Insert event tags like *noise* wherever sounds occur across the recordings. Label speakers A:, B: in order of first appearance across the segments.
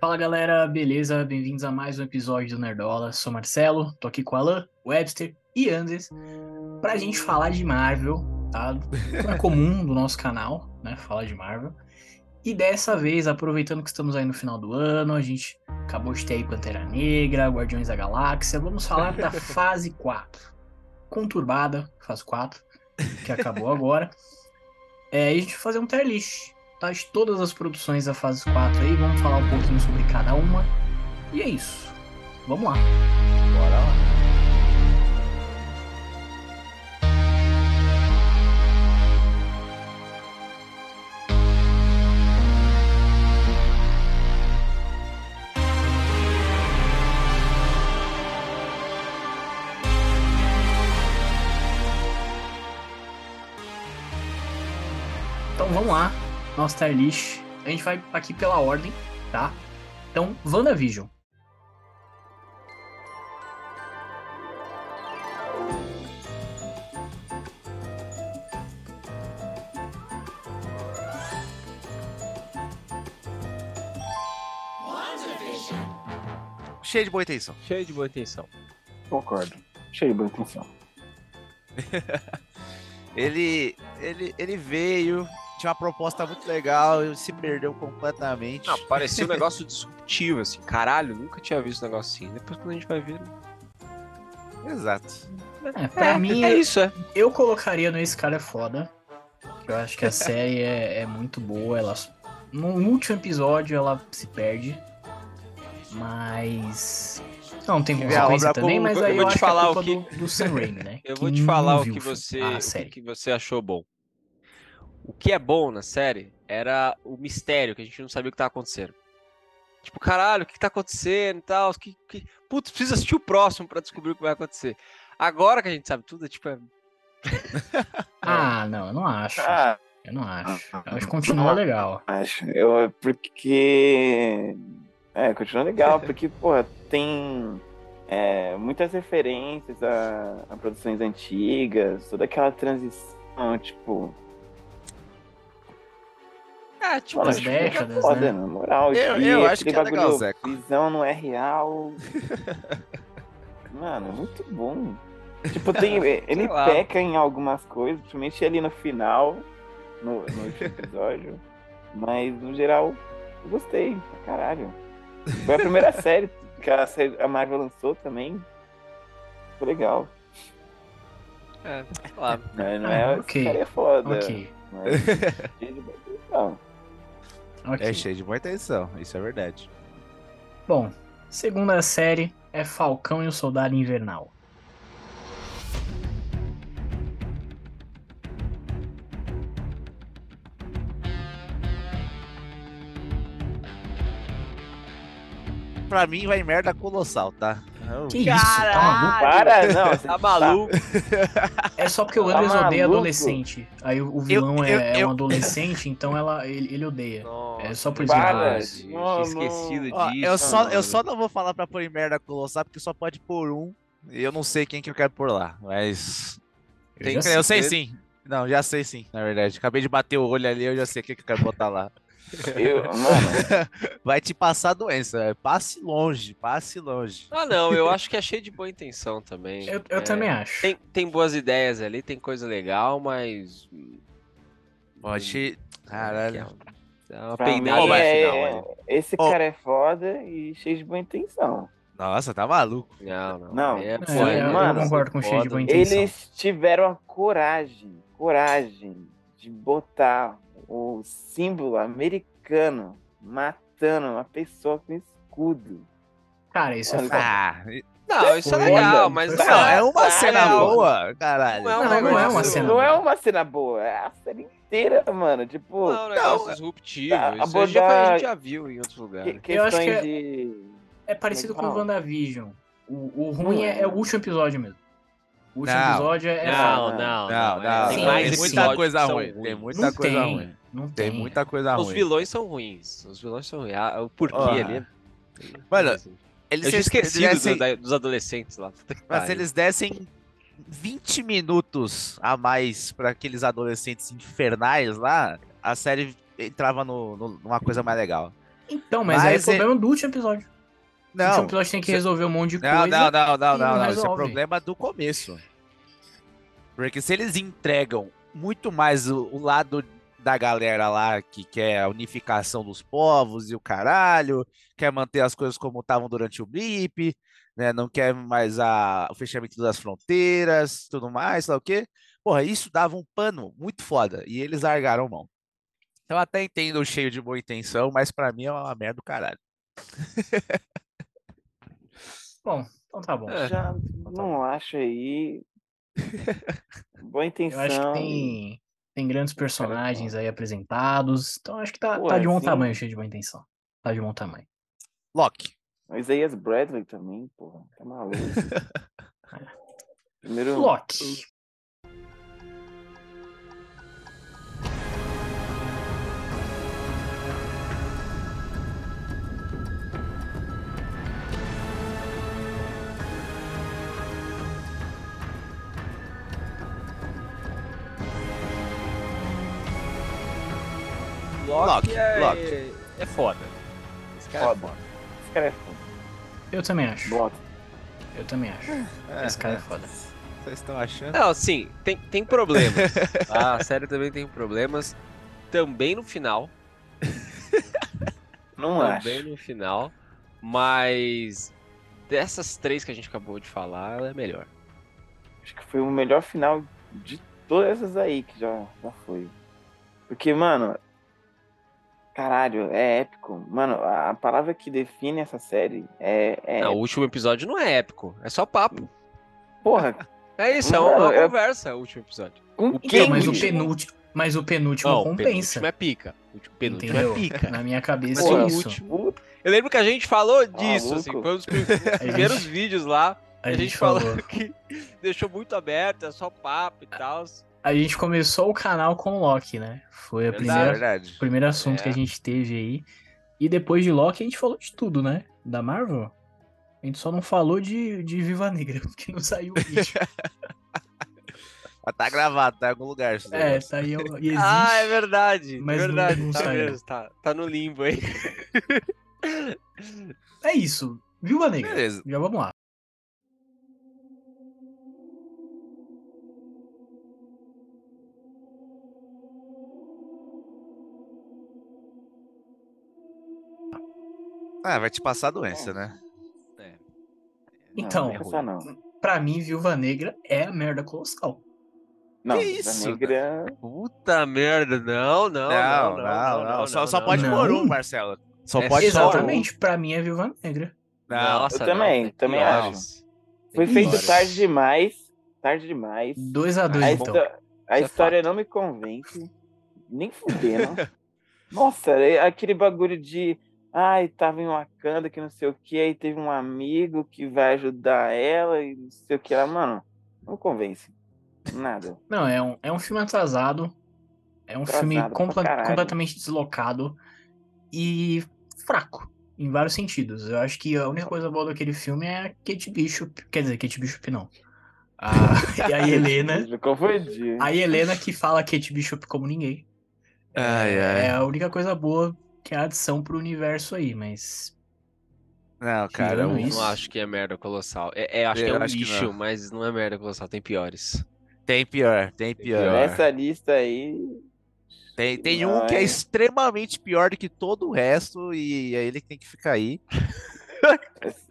A: Fala galera, beleza? Bem-vindos a mais um episódio do Nerdola. Sou Marcelo, tô aqui com Alan, Webster e Andes pra gente falar de Marvel, tá? Não é comum do nosso canal, né? Falar de Marvel. E dessa vez, aproveitando que estamos aí no final do ano, a gente acabou de ter aí Pantera Negra, Guardiões da Galáxia, vamos falar da fase 4. Conturbada, fase 4, que acabou agora. É, e a gente vai fazer um tier list tá? de todas as produções da fase 4 aí, vamos falar um pouquinho sobre cada uma. E é isso. Vamos lá.
B: Bora lá.
A: Então vamos lá, nosso tier list. tá A gente vai aqui pela ordem, tá? Então, WandaVision.
C: cheio de boa intenção.
B: Cheio de boa intenção.
D: Concordo. Cheio de atenção.
C: Ele, ele, ele veio, tinha uma proposta muito legal, ele se perdeu completamente.
E: Não, parecia um negócio disruptivo, assim. Caralho, nunca tinha visto um negócio assim. Depois quando a gente vai ver.
C: *laughs* Exato.
A: É, pra mim,
E: é isso, é.
A: eu colocaria no Esse Cara é Foda. que Eu acho que a série é, é muito boa. Ela, no último episódio ela se perde. Mas. Não tem
C: Ver a
E: É,
A: consequência
C: obra
A: também, mas
E: pública.
A: aí
E: Eu
A: eu,
E: vou te
A: acho
E: falar
A: que é
E: o
A: culpa do, do Sam Raimi, né?
E: *laughs* Eu vou te falar
A: não
E: o que
A: viu
E: você,
A: a
E: o
A: série.
E: que você achou bom. O que é bom na série era o mistério, que a gente não sabia o que tava acontecendo. Tipo, caralho, o que que tá acontecendo e tal? Que, que... Putz, precisa assistir o próximo pra descobrir o que vai acontecer. Agora que a gente sabe tudo, é tipo, é- tá.
A: Ah, não, eu não acho.
D: Ah,
A: Eu não acho.
D: Ah,
A: Eu acho que continua
D: não.
A: legal.
D: acho. Eu, é porque. É, continua legal, porque, porra, tem é, muitas referências a, a produções antigas, toda aquela transição, tipo.
E: É, tipo,
D: Mano,
A: As
D: acho
A: décadas,
D: foda,
A: né?
D: na moral.
C: Eu-
D: e
C: eu acho
D: aquele
C: que é legal,
D: bagulho,
C: Zeca.
D: Visão não
C: *laughs*
D: é real. Mano, é muito bom.
C: *laughs*
D: Tipo, tem, ele
E: lá.
D: peca em algumas coisas, principalmente ali no final, no, no último episódio. Mas, no geral, eu gostei pra caralho. Foi a primeira
C: *laughs*
D: série que a, série- a Marvel lançou também. Foi legal.
E: é, sei lá.
D: Não, não
A: Ah,
D: é,
A: ok.
D: esse cara é foda.
A: Ok.
D: Mas, é cheio de boa intenção.
C: É
A: Ok.
C: cheio de boa intenção, isso é verdade.
A: Bom, segunda série é Falcão e o Soldado Invernal.
C: Pra mim vai merda colossal, tá? Eu-
A: Que isso, tá
C: Ah,
A: maluco?
D: Para, não. você
E: Tá maluco?
A: É só porque o
D: Tá
A: Anders odeia
D: maluco?
A: adolescente. Aí o o vilão é,
C: eu-
A: é
C: eu-
A: um adolescente, então ela, ele, ele odeia. É só por É, isso que eu
D: Para.
A: gosto.
E: Verdade,
D: Não,
E: tinha esquecido
C: Ó,
E: disso.
C: eu, só, eu
E: mano.
C: só não vou falar pra pôr em merda colossal, porque só pode pôr um. E eu não sei quem que eu quero pôr lá, mas.
A: Eu
C: Tem-
A: já
C: Eu,
A: sei.
C: sei sim. Não, já sei sim, na verdade. Acabei de bater o olho ali, eu já sei o que, que eu quero botar *laughs* lá.
D: Eu, mano,
C: Vai te passar doença. é, Passe longe, passe longe.
E: Ah, não, eu acho que é cheio de boa intenção também.
A: Eu, eu
E: É,
A: também acho.
E: Tem, tem boas ideias ali, tem coisa legal, mas. hum,
C: Pode. Caralho.
E: É uma
D: Pra mim,
E: peidada no
D: é-
E: final. ali.
D: Esse
C: Ó.
D: cara é foda e cheio de boa intenção.
C: Nossa, tá maluco.
E: Não, não.
D: Não,
E: aí é,
A: É,
E: pô,
D: Sim,
E: aí é
A: eu
D: mano,
A: concordo com o cheio de boa
C: foda.
A: intenção.
D: Eles tiveram a coragem, coragem de botar o símbolo americano matando uma pessoa com escudo.
A: Cara, isso é
D: Olha,
A: foda.
C: Ah,
E: Não, isso é
A: Foi,
E: legal,
D: olha,
E: mas. um,
D: foi
C: não, é uma
D: caralho.
C: cena boa, caralho.
E: Não,
A: Não, não é uma
E: Não,
A: cena.
D: Não
A: boa.
D: é uma cena boa, é a série inteira, mano. Tipo,
E: Não, é um negócio disruptivo.
D: a-
E: isso
D: abordar-
E: aí já, foi- a gente já viu em outros
D: que-
E: lugares.
A: Eu acho
D: questões
A: que é-
D: de.
A: É parecido com o
D: Legal.
A: WandaVision. O, o ruim é, é o último episódio mesmo. O último
C: Não.
A: episódio é. é foda.
E: Não, não,
C: Não,
E: não.
C: não,
E: é-
A: Sim,
C: tem,
A: não, mais
E: episódios
C: muita
E: que
C: coisa
E: são
C: ruim.
E: ruins.
C: Tem muita
A: Não
C: coisa
A: tem.
C: ruim.
A: Não tem.
C: Tem muita coisa
E: Os
C: ruim.
E: vilões são ruins. Os vilões são ruins. Ah, O porquê
C: Ó,
E: ali. é-
C: mano,
E: Assim.
C: Eles
E: Eu tinha
C: se
E: esquecido
C: dessem-
E: do- da- dos adolescentes lá. Puta que
C: Mas se
E: pariu.
C: eles dessem 20 minutos a mais pra aqueles adolescentes infernais lá, a série entrava no, no- numa coisa mais legal.
A: Então, mas, aí é
C: Mas
A: o
C: é-
A: problema do último episódio. o último
C: Não,
A: episódio tem que
C: cê-
A: resolver um monte de
C: não,
A: coisa.
C: não, não, não,
A: e
C: não,
A: não
C: não. Esse é
A: resolve.
C: problema do começo. Porque se eles entregam muito mais o, o lado da galera lá que quer a unificação dos povos e o caralho, quer manter as coisas como estavam durante o blip, né? Não quer mais a, o fechamento das fronteiras, tudo mais, sei lá o quê. Porra, isso dava um pano muito foda. E eles largaram mão. Então até entendo o cheio de boa intenção, mas pra mim é uma merda do caralho.
A: Então tá bom.
E: É.
D: Já não
A: *laughs*
D: acho aí. Boa
A: Eu acho
D: intenção.
A: que tem, tem grandes personagens aí apresentados. Então acho que tá,
D: Pô,
A: tá de bom
D: sim.
A: tamanho, cheio de boa intenção. Tá de bom tamanho.
C: Loki.
D: O Isaias Bradley também, porra.
A: *laughs*
D: Tá maluco. Primeiro.
A: Loki.
C: Loki,
E: Loki é,
C: Loki.
E: é foda. Esse cara
D: Foda.
E: é foda.
D: Esse cara é foda.
A: Eu também acho.
D: Bloco.
A: Eu também acho.
C: É,
A: Esse cara é
C: né?
A: foda.
C: Vocês estão achando?
E: Não, assim, tem, tem
D: *laughs*
E: problemas. Ah, a série também tem problemas. Também no final.
D: Não acho.
E: também no final. Mas dessas três que a gente acabou de falar, ela é melhor.
D: Acho que foi o melhor final de todas essas aí que já, já foi. Porque, mano. Caralho, é épico. Mano, a a palavra que define essa série é. é
E: Não, o último episódio não é épico, é só papo.
D: Porra,
E: É isso, é
D: Não,
E: uma, uma
D: é-
E: conversa o último episódio.
D: com
E: Então,
A: Então,
D: quem?
A: mas o
D: bicho?
A: penúltimo, mas o penúltimo
E: Não, o
A: compensa.
E: penúltimo é pica. O último- penúltimo
A: Entendeu?
E: é pica.
A: Na minha cabeça
E: Mas
D: Porra,
E: o
A: é isso.
E: último.
D: Puta,
E: Eu lembro que a gente falou disso,
D: Tá Maluco.
E: assim, foi um dos
A: *laughs*
E: prim-
A: É
E: primeiros vídeos lá.
A: A, gente,
E: falou
A: falou.
E: que deixou muito aberto, é só papo e tal.
A: A gente começou o canal com o Loki, né? Foi a
E: Verdade.
A: primeira,
C: verdade.
A: o primeiro assunto
E: É.
A: que a gente teve aí. E depois de Loki, a gente falou de tudo, né? Da Marvel. A gente só não falou de, de Viva Negra, *laughs* porque não saiu o vídeo.
C: Mas tá gravado, tá em algum lugar. esse
A: é,
C: negócio.
A: saiu. E existe.
E: Ah, é verdade.
A: mas
E: é
A: não-
E: verdade,
A: não né?
E: tá
A: saiu.
E: mesmo, tá, tá no limbo aí.
A: É isso. Viúva Negra.
C: Beleza.
A: Já vamos lá.
C: Ah, vai te passar a doença, né?
A: Então,
D: não, é não, pensa não.
A: Pra mim, Viúva Negra é a merda colossal.
D: Não,
C: Que
D: isso?
C: isso?
D: Negra.
E: Puta merda, não, não. Não, não, não. não,
C: Só,
E: não,
C: só
E: não,
C: pode
E: não.
C: por
A: não.
C: um, Marcelo. Só
E: É
C: pode por
E: só
C: um.
A: Exatamente. Pra mim, é Viúva Negra.
C: Não,
E: Nossa,
D: Eu também,
E: não, tem
D: também
E: piores.
D: Foi
E: Tem
D: feito
E: piores.
D: tarde demais. Tarde demais.
A: 2 a 2
D: A,
A: então.
D: histó- a
E: Isso é
D: história não me convence. Nem fudendo. *laughs* Nossa, é aquele bagulho de. Ai, tava em Wakanda, que não sei o que, aí teve um amigo que vai ajudar ela e não sei o que lá. Mano, não convence.
A: *laughs*
D: Nada.
A: Não, é um, é um filme atrasado. É um
D: Atrasado
A: filme
D: pra
A: compla-
D: caralho.
A: completamente deslocado e fraco, em vários sentidos. Eu acho que a única coisa boa daquele filme é a Kate Bishop. Quer dizer, Kate Bishop não. A, *laughs* e a Helena.
D: Me confundi.
A: A Helena que fala Kate Bishop como ninguém.
C: Ai,
A: É
C: ai.
A: a única coisa boa que é a adição pro universo aí, mas.
C: Não, cara.
A: Tirando
C: o-
E: Eu
A: isso.
E: não acho que é merda colossal. É, é, acho
C: Eu
E: que é um
C: acho que
E: lixo,
C: não.
E: mas não é merda colossal, tem piores.
C: Tem pior, tem pior.
D: Nessa lista aí.
C: Tem, tem um que é
D: Ai.
C: extremamente pior do que todo o resto e é ele que tem que ficar aí.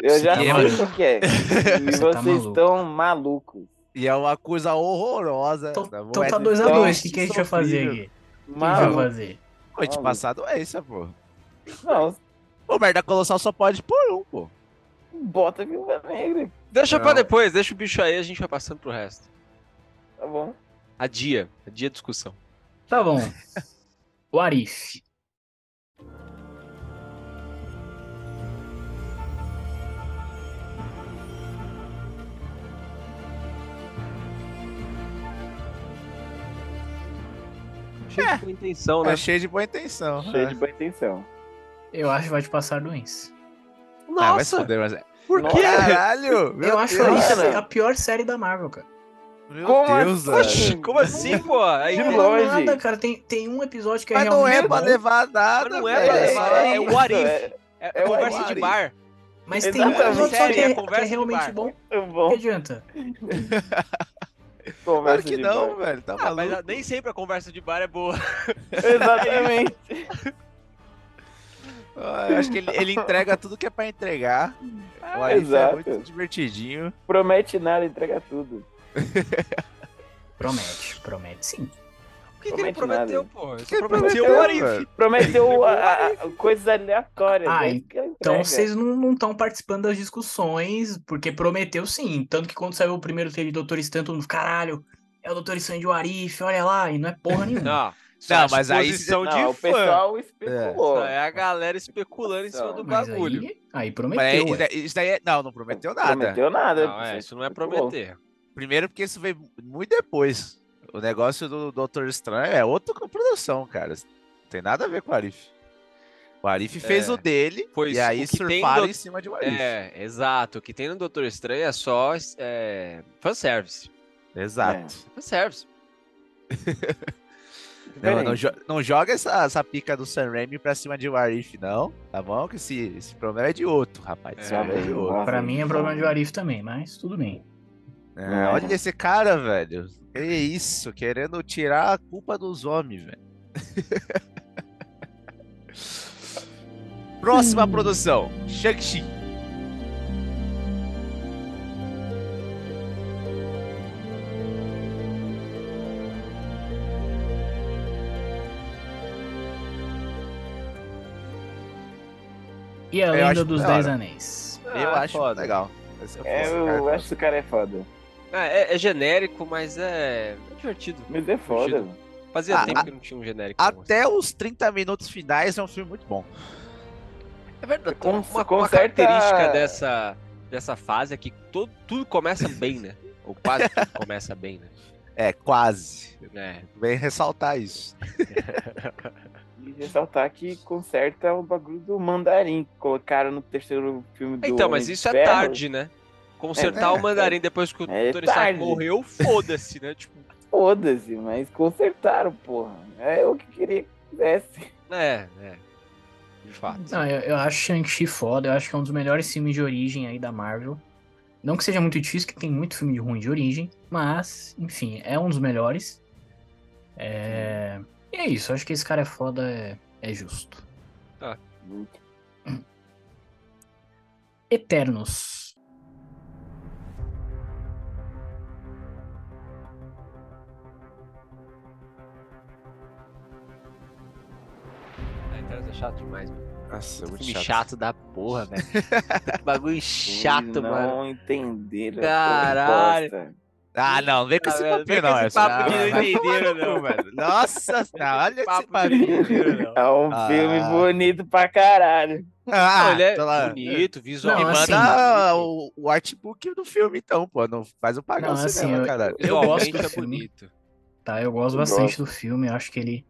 D: Eu já
A: Sim,
D: sei
A: mano.
D: o que é. E
A: Você tá
D: vocês
A: maluco.
D: estão malucos.
C: E é uma coisa horrorosa.
A: Então
C: tá bom?
A: então
C: É
A: tá 2 a
D: então,
A: 2 O que, que a gente vai fazer
D: sofrível.
A: aqui? O que a gente vai
D: Maluco.
A: fazer?
C: Pô, te passar a doença, pô.
D: Não,
C: Ô, merda colossal só pode por um, pô.
D: bota Viúva Negra.
E: Deixa pra
C: Não.
E: depois, deixa o bicho aí, a gente vai passando pro resto.
D: Tá bom.
E: Adia, adia a discussão.
A: Tá bom. O Arif.
E: Achei que foi intenção, né?
C: É cheio de boa intenção.
D: Cheio de
C: né?
D: boa intenção.
A: Eu acho que vai te passar doença.
C: Ah, vai se
E: Nossa,
C: fuder, mas...
E: por
D: Nossa.
E: quê?
C: Caralho! meu
A: eu acho
C: Deus.
A: isso
D: cara.
A: a pior série da Marvel, cara.
C: Meu
D: Como
C: Deus,
D: assim?
C: velho.
E: Como assim, pô? Aí,
D: De
A: Não
E: mas
D: novo.
A: é
D: longe.
A: nada, cara. Tem, tem um episódio que é
C: Mas não
A: realmente
C: é pra
A: bom,
C: levar nada,
E: não é pra
C: velho.
E: levar, é
D: isso,
E: o Arif.
D: é
E: É,
D: É o
E: conversa
C: Ari.
E: de bar.
A: Mas tem um
D: Exatamente.
A: episódio só que
E: Sério,
A: é,
E: a conversa
A: que é
E: do
A: realmente
E: bar.
A: bom.
D: muito
A: O que
D: bom.
A: adianta?
C: Claro
D: Conversa
C: que
D: de
C: não,
D: bar.
C: *laughs* velho. Tá
E: Ah, mas
C: maluco.
E: a- nem sempre a conversa de bar é boa. *laughs*
D: Exatamente.
C: Ah, eu acho que ele, ele entrega tudo que é pra entregar. O
D: Ah,
C: Arif é
D: exato.
C: muito divertidinho.
D: Promete nada, entrega tudo.
A: Promete, promete sim.
E: O que, que ele
D: Promete
E: prometeu,
D: nada.
E: pô? Ele
C: Que
E: só prometeu
C: prometeu,
E: o Arif.
C: velho?
D: Prometeu a- a- coisas aleatórias.
A: Ah,
D: é isso que ela
A: Então
D: entrega.
A: vocês não estão participando das discussões, porque prometeu sim. Tanto que quando saiu o primeiro teve Doutor Stan, todo mundo, caralho, é o Doutor Stan de Warif, olha lá, e não é
C: *laughs*
A: porra nenhuma.
E: Não,
C: Não, mas aí
E: exposição de
D: Não, o
E: fã.
D: pessoal especulou.
E: é a galera especulando em cima
D: Não,
E: do
A: Mas aí-
E: bagulho.
A: Aí, prometeu.
C: um
A: ué.
C: Mas isso daí- isso daí é- Não, não prometeu nada.
D: Prometeu nada.
E: Não, é, isso não é
D: especulou.
E: prometer.
C: Primeiro porque isso veio muito depois. O negócio do Doutor Estranho é outra produção, cara. Não tem nada a ver com o Arif. O Arif fez
E: É.
C: o dele
E: Pois
C: e aí
E: o que tem
C: surfaram
E: do-
C: em cima de o Arif.
E: É, exato. O que tem no Doutor Estranho é só é, fanservice.
C: Exato.
E: Fanservice.
C: Não, não
D: Diferente.
C: jo- não joga essa, essa pica do Sam Raimi pra cima de o Arif, não. Tá bom? Que esse, esse problema é de outro, rapaz. Esse
E: É.
C: problema é de outro.
A: Pra mim é problema de Warif também, mas tudo bem.
C: É,
D: É.
C: Olha esse cara, velho. Que isso, querendo tirar a culpa dos homens, velho. *laughs* Próxima
E: Hum.
C: produção, Shang-Chi.
A: E a
C: Eu
A: lenda
C: acho
A: dos
C: da
A: Dez
C: hora.
A: Anéis.
C: eu
E: Ah,
C: acho
E: foda.
C: legal. Esse eu
D: É,
C: faço,
D: eu
C: cara, eu
D: acho que o cara é foda.
E: Ah, É, é genérico, mas é, é divertido.
D: Mas é foda.
E: Fugido. Fazia
C: Ah,
E: tempo
C: a-
E: que não tinha um genérico. como esse.
C: Até os 30 minutos finais é um filme muito bom.
E: É verdade.
D: Com-
E: uma,
D: com
E: uma
D: certa-
E: característica dessa, dessa fase é que todo, tudo começa bem, né? Ou quase tudo começa bem, né?
C: É, quase.
E: É.
C: Vem ressaltar isso.
D: E ressaltar que conserta o bagulho do mandarim que colocaram no terceiro filme do
E: Então,
D: Homem
E: mas
D: de
E: isso é
D: Ferro.
E: tarde, né? Consertar
C: É,
E: o mandarim depois que o
D: É
E: Tony Stark
D: tarde.
E: morreu, foda-se, né? Tipo,
D: Foda-se, mas consertaram, porra. É o que queria que fizesse.
E: é, é. De fato.
A: Não, eu, eu acho Shang-Chi foda, eu acho que é um dos melhores filmes de origem aí da Marvel. Não que seja muito difícil, que tem muito filme de ruim de origem, mas, enfim, é um dos melhores. É... E é isso, eu acho que esse cara é foda, é, é justo. Eternos.
E: Ah, então isso é chato demais, mano.
C: Nossa, é muito
E: Filme
C: chato.
E: chato. da porra, velho. Que bagulho é chato,
D: não
E: mano.
D: entenderam.
E: Caralho.
D: aquela bosta.
C: Ah, não, vem com esse
E: Ah,
C: papinho,
E: vem com
C: não,
E: esse
C: Edson.
E: papo
C: Ah,
E: de não
C: vai tomar
E: entenderam,
C: no
E: não.
C: cu, velho. Nossa, não, olha esse
E: Papo de não
C: papinho.
E: entenderam, não.
D: É um
C: Ah.
D: filme bonito pra caralho.
C: Ah,
E: Não, ele é
C: tô lá.
E: bonito,
A: Não,
E: visualmente.
C: Me
A: assim,
C: manda
E: Ah,
C: o, o artbook do filme, então, pô. Não faz eu pagar
A: Não,
C: o
A: assim,
C: cinema,
A: eu-
C: né, caralho.
A: eu gosto
E: Visualmente
A: do
E: é
A: filme.
E: bonito.
A: Tá, eu gosto
D: Eu
A: bastante do filme, eu acho que ele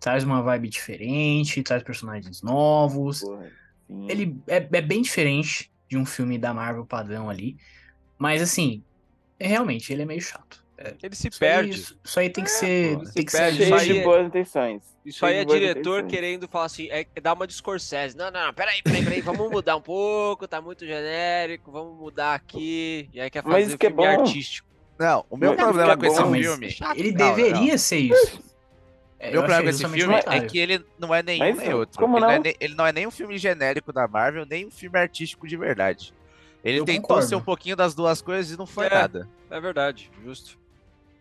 A: traz uma vibe diferente, traz personagens novos.
D: Porra, sim.
A: ele é, é bem diferente de um filme da Marvel padrão ali. Mas assim, é, realmente, ele é meio chato.
E: Ele se
A: Isso aí-
E: perde.
A: Isso, isso aí tem
C: É,
A: que ser.
E: pô,
A: tem
E: se
A: que
E: perde,
A: ser
D: cheio
E: isso aí
D: de
E: é-
D: boas intenções.
E: Isso aí é
D: Tem boas
E: diretor
D: intenções.
E: querendo falar assim, é, é dar uma de Scorsese. Não, não, não, peraí, peraí, peraí, vamos mudar um pouco, tá muito genérico, vamos mudar aqui. E aí quer fazer
D: Mas isso que é
E: filme
D: bom.
E: artístico.
C: Não, o meu
D: Mas
C: problema
D: fica
C: com esse
D: bom,
A: mas-
C: filme.
A: Ele
C: Não, não,
A: deveria ser isso. É,
C: Meu
A: eu
C: problema
A: achei
C: com esse
A: justamente o
C: filme é
A: contrário.
C: que ele não é nenhum
D: Mas
C: nem outro.
D: como
C: ele, Não é,
D: não?
C: nem- ele não é nem um filme genérico da Marvel, nem um filme artístico de verdade. Ele
A: Eu
C: tentou
A: concordo.
C: ser um pouquinho das duas coisas e não foi
E: É.
C: nada.
E: É verdade, justo.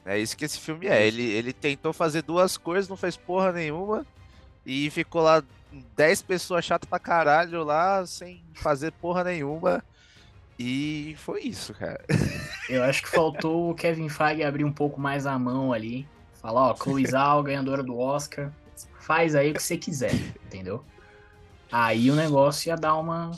C: É isso que esse filme é. Ele, ele tentou fazer duas coisas, não fez porra nenhuma. E ficou lá 10 pessoas chatas pra caralho lá, sem fazer porra nenhuma. E foi isso, cara.
A: Eu acho que faltou o Kevin Feige abrir um pouco mais a mão ali. Falar, ó, Chloe Zhao, ganhadora do Oscar, faz aí o que você quiser, entendeu? Aí o negócio ia dar uma.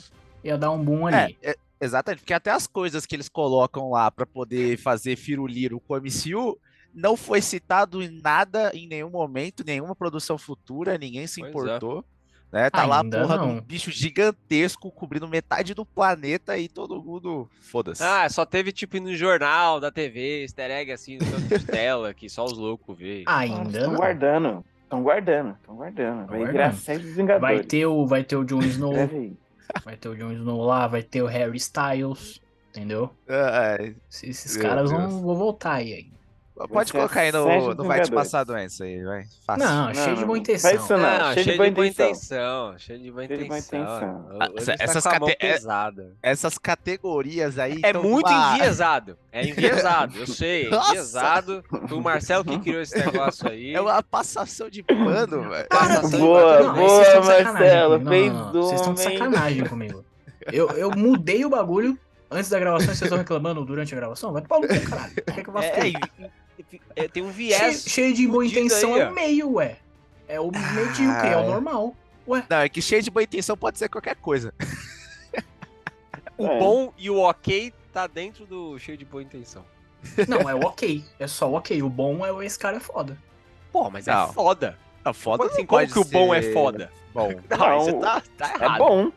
A: ia dar um boom ali.
C: É, é, exatamente. Porque até as coisas que eles colocam lá pra poder fazer firuliro com o MCU não foi citado em nada, em nenhum momento, nenhuma produção futura, ninguém se
E: Pois é.
C: importou. Né? Tá lá,
A: Ainda
C: porra,
A: não.
C: um bicho gigantesco cobrindo metade do planeta e todo mundo. Foda-se.
E: Ah, só teve tipo no jornal, da TV, easter egg assim, no canto de tela, que só os loucos vê.
D: Ah,
A: Ainda
D: Estão
A: não.
D: guardando. Estão guardando. Estão guardando. Vai
A: guardando.
D: virar a série dos Vingadores.
A: Vai ter, um- o, vai ter o Jon
C: *laughs*
A: Snow,
D: Escreve aí.
A: vai ter o Jon Snow lá, vai ter o Harry Styles, entendeu?
C: É,
A: Se- Esses
C: Meu
A: caras
C: Deus.
A: vão, vão voltar aí ainda.
C: pode
D: ser a
C: colocar aí
D: sede
C: no.
D: dos
C: Não vai te
D: Vingadores.
C: passar doença aí, vai. Fácil.
A: Não,
D: Não,
A: Ah, cheio de
D: não,
A: boa
D: não.
A: intenção.
D: Faz isso
E: Ah,
D: não. cheio de boa intenção.
E: cheio de boa
D: Cheio de boa
E: intenção.
D: intenção.
E: Eu-
C: Ah,
E: eu
C: essa-
E: estou
C: essas
E: com a mão
C: cate- é-
E: pesada.
C: Essas categorias aí. então, ah,
E: É
C: tão
E: muito
C: numa-
E: enviesado. É enviesado, eu sei. É
C: Nossa.
E: enviesado. Foi o Marcelo que criou esse negócio
C: *laughs*
E: aí.
C: É uma passação de pano, velho.
E: Cara,
A: Vocês-
D: boa,
A: não, vocês estão de
D: boa,
A: sacanagem
D: Marcelo,
A: comigo.
D: fez
A: Vocês estão de *laughs*
D: homem.
A: sacanagem comigo. Eu, eu mudei o bagulho antes da gravação e vocês estão reclamando durante a gravação? Vai pro pau no cu, caralho. Quer que eu vá
E: É,
A: fuder?
E: é, é, tem um
A: Cheio,
E: viés.
A: cheio de boa
E: fudido
A: intenção
E: aí,
A: é
E: ó.
A: o meio, ué. É o medíocre, é o normal.
C: Não, é que cheio de boa intenção pode ser qualquer coisa.
E: O
D: É.
E: bom e o ok tá dentro do cheio de boa intenção.
A: Não, é o ok. É só o ok. O bom é o esse cara é foda.
E: Pô, mas
C: Não.
E: é foda.
C: Não, foda
E: Como assim,
C: não
E: como
C: pode
E: que o bom é
C: ser
E: foda?
C: Bom.
E: Não,
D: Não,
E: isso
D: o-
E: tá, tá
D: É
E: errado.
D: bom.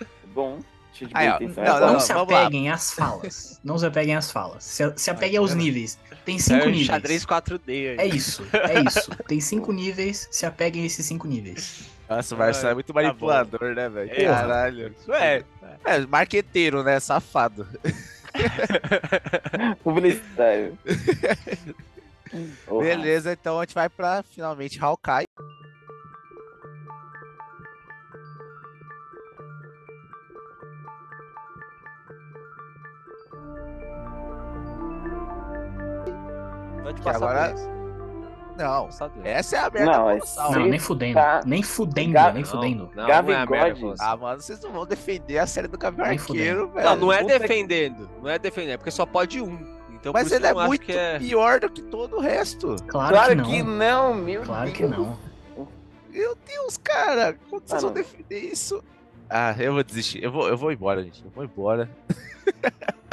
D: É bom. Cheio de
C: Aí,
D: boa
C: ó.
D: intenção.
C: Não,
D: é
A: Não,
D: bom.
A: se
C: vamos lá.
A: apeguem às falas. Não se apeguem às falas. Se, se apeguem aos
E: cara.
A: níveis. Tem
E: É
A: cinco
E: um
A: níveis.
E: xadrez 4D aí.
A: É isso, é isso. Tem cinco níveis, se apeguem a esses cinco níveis.
C: Nossa, o Marcelo é muito manipulador, né, velho?
E: É,
C: Caralho.
E: Isso é.
C: É, marqueteiro, né? Safado.
D: Publicitário. Porra.
C: Beleza, então a gente vai pra finalmente Hawkeye.
E: Pode
C: passar
E: passar
C: agora- por Não, essa é a merda
D: Não,
C: colossal.
A: Não,
D: Sim,
A: nem fudendo.
D: tá.
A: Nem fudendo,
D: Gabi-
A: nem fudendo.
E: Não,
D: Gavin
E: não é a merda
D: God.
E: colossal.
C: Ah, mano, vocês não vão defender a série do Gavião
A: Nem
C: Arqueiro, velho.
E: Não, não é
C: Puta que-
E: defendendo. Não é defender, é porque só pode um. Então, por
C: Mas
E: isso
C: ele
E: que
C: é
E: eu não acho
C: muito
E: que
C: *laughs*
E: é...
C: pior do que todo o resto.
A: Claro,
D: Claro
A: que
D: que
A: não.
D: não, meu
A: Claro que
D: Deus.
A: não.
C: Meu Deus, cara, como que vocês
D: Ah,
C: vão
D: não.
C: defender isso? Ah, eu vou desistir. Eu vou, eu vou embora, gente. Eu vou embora.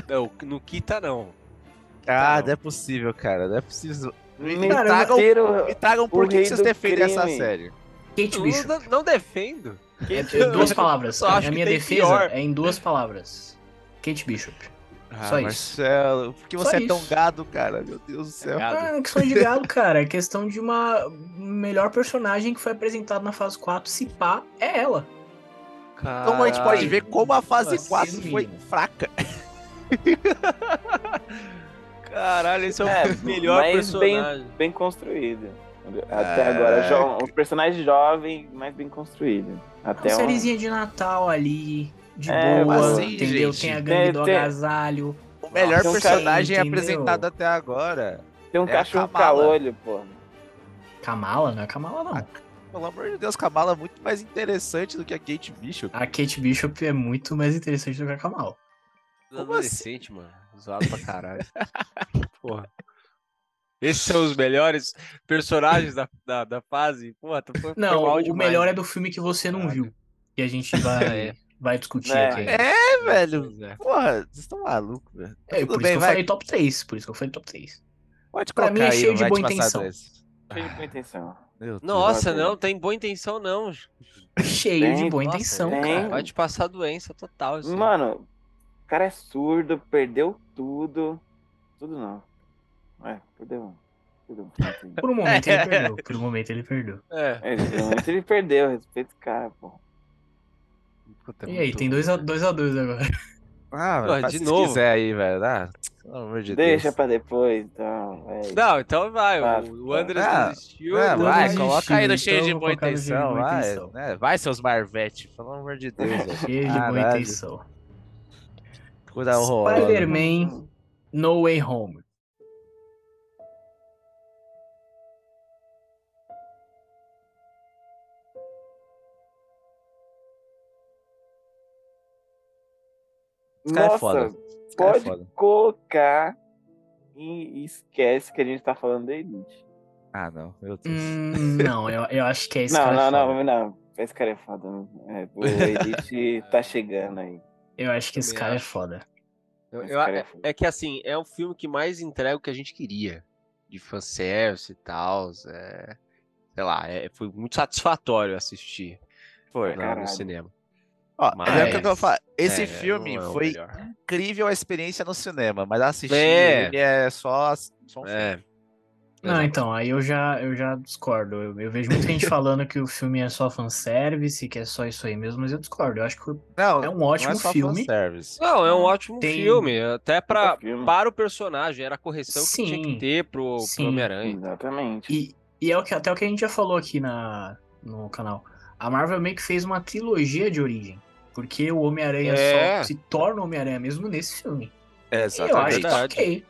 E: Não, no Kita não.
C: Ah,
E: não.
C: não é possível, cara. Não é possível.
D: Me
C: Cara,
D: tragam-
C: Me tragam por
D: O
C: que que
D: rei
C: vocês
D: do
C: defendem essa
D: crime.
C: série.
A: Kate,
E: Eu
A: bicho.
E: Não, não defendo.
A: É, é duas palavras.
E: só acho
A: A
E: que
A: minha
E: tem
A: defesa
E: pior.
A: é em duas palavras. Kate Bishop.
C: Ah,
A: Só isso.
C: Marcelo, por que
A: Só
C: você é tão
A: isso.
C: gado, cara? Meu Deus do céu.
E: Gado.
A: Ah, é questão de galo, cara. É questão de uma melhor personagem que foi apresentada na fase 4, se pá, é ela.
C: Então a gente pode ver como a fase
A: Nossa,
C: 4 foi
A: mínimo.
C: fraca.
E: Caralho, esse é o
D: É,
E: melhor
D: mas bem-
E: personagem.
D: Bem construída. Até agora,
C: É.
D: jo- o personagem jovem, mas bem construído.
A: Uma
D: Até
E: Então,
D: um-
A: sériezinha de Natal ali, de
D: É,
A: boa,
D: mas
C: assim,
A: entendeu?
C: gente,
A: Tem a gangue do
D: tem-
A: agasalho.
C: O melhor
D: tem um cara-
C: personagem
A: Entendeu?
C: apresentado até agora.
D: Tem um
C: É a
D: cachorro
C: Kamala.
D: caolho, pô.
A: Kamala? Não é Kamala, não.
C: Pelo amor de Deus, Kamala é muito mais interessante do que a Kate Bishop.
A: A Kate Bishop é muito mais interessante do que a Kamala.
C: Como
E: adolescente, mano. Zoado pra caralho. Porra. Esses são os melhores personagens da, da, da fase. Porra, tu foi,
A: Não,
E: foi mal
A: o
E: demais.
A: melhor é do filme que você não
E: Caralho.
A: viu. E a gente *laughs* vai,
E: É.
A: vai discutir
D: É.
A: aqui.
C: É, velho.
E: Pois é.
C: Porra, vocês estão malucos, velho.
A: É,
C: Tudo
A: por
C: bem,
A: isso que
C: vai.
A: eu falei top 3. Por isso que eu falei top 3.
C: Pode
A: Pra mim é
C: colocar aí,
A: cheio
C: não
A: de
C: vai te
A: boa
C: passar
A: intenção.
C: dois.
D: Cheio de boa intenção.
C: Meu Deus.
E: Nossa,
D: Exato.
E: não, tem boa intenção, não.
A: Cheio de
D: Tem,
A: boa
E: nossa,
A: intenção,
D: tem.
A: cara.
E: Vai te passar doença total. assim. Isso aí.
D: Mano, o cara é surdo, perdeu tudo. Tudo não. É, perdeu. Tudo.
A: *laughs* Por um momento ele perdeu. Por um momento ele perdeu.
E: É.
D: É, realmente ele perdeu, respeito o cara, pô.
E: Puta,
A: E aí, tem 2x2 dois a, dois agora. *laughs*
C: Ah,
E: Porra,
C: velho, faz
E: de
C: o que
E: novo.
C: quiser aí, velho. Ah, pelo amor de
D: Deixa
C: Deus.
D: pra depois, então. É.
E: Não, então vai.
D: Ah,
E: o, o André
C: tá.
E: desistiu.
C: Ah,
E: então o
C: vai,
E: Andres
A: não
E: desistiu.
C: coloca aí no
A: existe,
C: cheio
A: então
C: de
A: eu vou
C: boa
A: colocar no cheio de
C: intenção,
A: boa
C: vai,
A: intenção.
C: né? vai, seus Marvete, pelo amor de Deus. velho.
A: Cheio de boa
C: Caralho, um
A: intenção.
C: Coisa horrorosa.
A: Spider-Man
D: Uhum.
A: No Way Home.
C: Esse cara é
D: Nossa,
C: foda. Esse cara é
D: pode
C: foda.
D: colocar e e esquece que a gente tá falando da Elite.
C: Ah, não, meu Deus.
A: Hum, não, eu, eu acho que é esse
D: não,
A: cara.
D: não,
A: foda.
D: não, não. Esse cara é foda. mesmo. É, o Elite tá chegando aí.
A: Eu acho que esse
E: Também
A: cara é
E: acho.
A: foda.
E: Eu-
D: Esse
E: eu-
D: cara é
E: é,
D: foda.
E: é que assim, é um filme que mais entrega o que a gente queria. De fanservice e tal. É, sei lá, é- foi muito satisfatório assistir.
C: Foi.
E: na- no
D: Caralho.
E: cinema.
C: Ó,
E: Mas-
C: é o que eu quero falar. Esse
E: É,
C: filme
E: não é o
C: foi
E: melhor.
C: incrível a experiência no cinema, mas assistir
E: É.
C: ele é só, só um filme.
E: É.
A: Não,
E: Exato.
A: então, aí eu já, eu já discordo. Eu, eu vejo muita gente falando que o filme é só fanservice, que é só isso aí mesmo, mas eu discordo. Eu acho que
C: Não,
A: é um
C: não é
A: ótimo
C: só
A: filme.
C: fanservice.
E: Não, é um ótimo
A: Tem-
E: filme. Até pra,
C: Hum.
D: Filme.
E: para o personagem, era a correção que tinha
A: Sim.
E: que ter pro, pro
A: Sim.
E: Homem-Aranha.
D: Exatamente.
A: E, e é o que, até o que a gente já falou aqui na, no canal. A Marvel meio que fez uma trilogia de origem. Porque o Homem-Aranha
E: É.
A: só se torna Homem-Aranha mesmo nesse filme.
C: É,
A: E eu acho
C: exatamente.
A: que tá
E: verdade.
A: ok.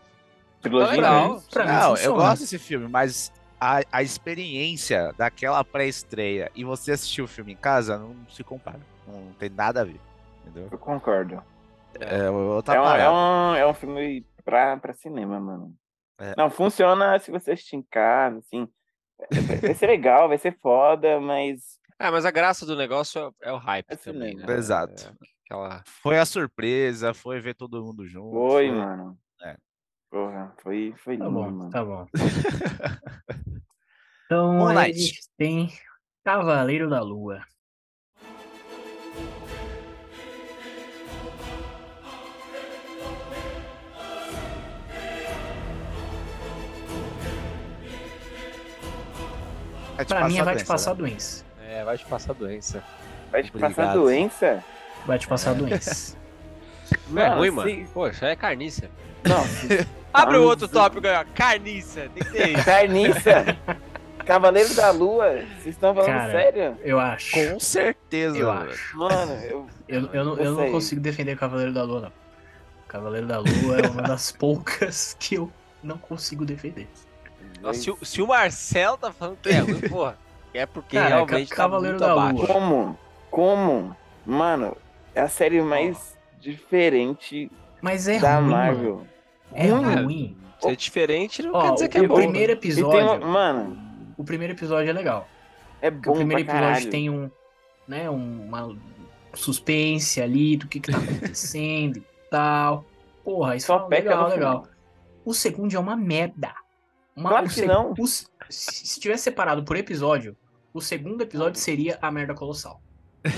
D: Trilogia
E: Tá legal.
D: inglesa.
A: Pra mim
C: Não, eu
A: funciona.
C: gosto desse filme, mas a, a experiência daquela pré-estreia e você assistir o filme em casa não se compara. Não tem nada a ver. Entendeu?
D: Eu concordo.
C: É outra
D: é, um, é,
C: parada.
D: um, é um filme pra, pra cinema, mano.
C: É.
D: Não, funciona se você assistir em casa, assim. Vai vai ser legal, vai ser foda, mas.
E: É, mas a graça do negócio é, é o hype
D: É
E: também,
D: cinema.
E: né?
C: Exato.
E: É aquela...
C: Foi a surpresa, foi ver todo mundo junto.
D: Foi, mano.
C: É.
D: Porra, foi, foi
A: Tá
D: lindo,
A: bom,
D: mano.
A: tá bom.
C: *laughs*
A: Então, aí a
C: Moonlight.
A: gente tem Cavaleiro da Lua.
C: Vai te
A: Pra mim,
C: passar
A: vai te
C: doença,
A: passar
C: né?
A: doença.
B: É, vai te passar doença.
D: Vai te passar
C: Obrigado.
D: doença?
A: Vai te passar
C: *laughs*
A: doença.
E: Não é
D: Mano,
E: ruim,
D: se-
E: mano. Poxa, é carniça.
D: Não,
A: *laughs*
D: se-
E: Abre o
D: Mas-
E: outro tópico aí, ó. Carniça. Tem que ter
C: *laughs*
E: isso.
D: Carniça! Cavaleiro da Lua, vocês estão falando
A: Cara.
D: sério?
A: Eu acho.
C: Com certeza.
A: Eu
C: mano.
A: acho.
D: Mano, eu.
A: Eu, eu, não, eu não
D: sei.
A: consigo defender Cavaleiro da Lua, não. Cavaleiro da Lua é uma das
D: *laughs*
A: poucas que eu não consigo defender.
E: Nossa, se, o- se o Marcelo tá falando que é ruim,
C: *laughs*
E: porra, é porque
A: Cara,
E: realmente
A: Ca-
E: tá
A: Cavaleiro
E: muito
A: da
E: abaixo.
A: Lua.
D: Como? Como? Mano, é a série mais diferente
A: Mas é
D: da
A: ruim. mano.
D: Marvel.
A: É
E: Ruim.
A: ruim.
E: Ser diferente não
A: Ó,
E: quer dizer que é
A: o,
E: bom. né?
A: primeiro
D: E tem
A: episódio.
D: uma... Mano,
A: O primeiro episódio é legal.
D: é
A: Porque
D: bom
A: o primeiro
D: pra
A: episódio
D: caralho.
A: tem um. né, um- uma suspense ali do que, que tá acontecendo e tal. Porra, isso
D: Só
A: é
D: peca
A: legal,
D: no final.
A: legal. O segundo é uma merda. Uma-
D: Claro
A: o
D: que
A: seg-
D: não.
A: o se- se tivesse separado por episódio, o segundo episódio seria a merda colossal.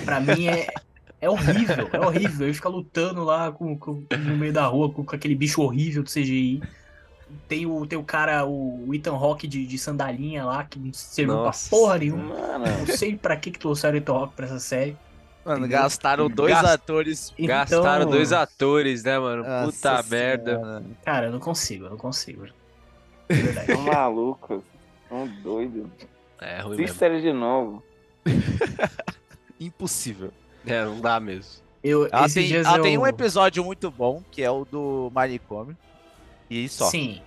A: Pra mim é, é horrível, é horrível. Ele fica lutando lá com, com- no meio da rua com, com aquele bicho horrível do CGI. Tem o, tem o cara, o, o Ethan Hawke de, de sandalinha lá, que não serviu
E: Nossa
A: pra porra nenhuma. *laughs*
D: Mano,
A: Não sei pra que, que trouxeram o Ethan Hawke pra essa série.
C: Mano, gastaram dois
E: Gast-
C: atores.
E: Gastaram
A: Então,
E: dois atores, né, mano?
C: Nossa
E: Puta merda.
C: senhora.
A: Cara, eu não consigo, eu não consigo. É verdade.
D: são malucos. São doidos.
E: É ruim
D: Assiste
E: mesmo.
D: série de novo.
C: Impossível.
E: É, não dá mesmo.
A: Eu,
C: Ela,
A: esses
C: tem,
A: dias
C: ela
A: eu...
C: tem um episódio muito bom, que é o do manicômio. E só.
A: Sim.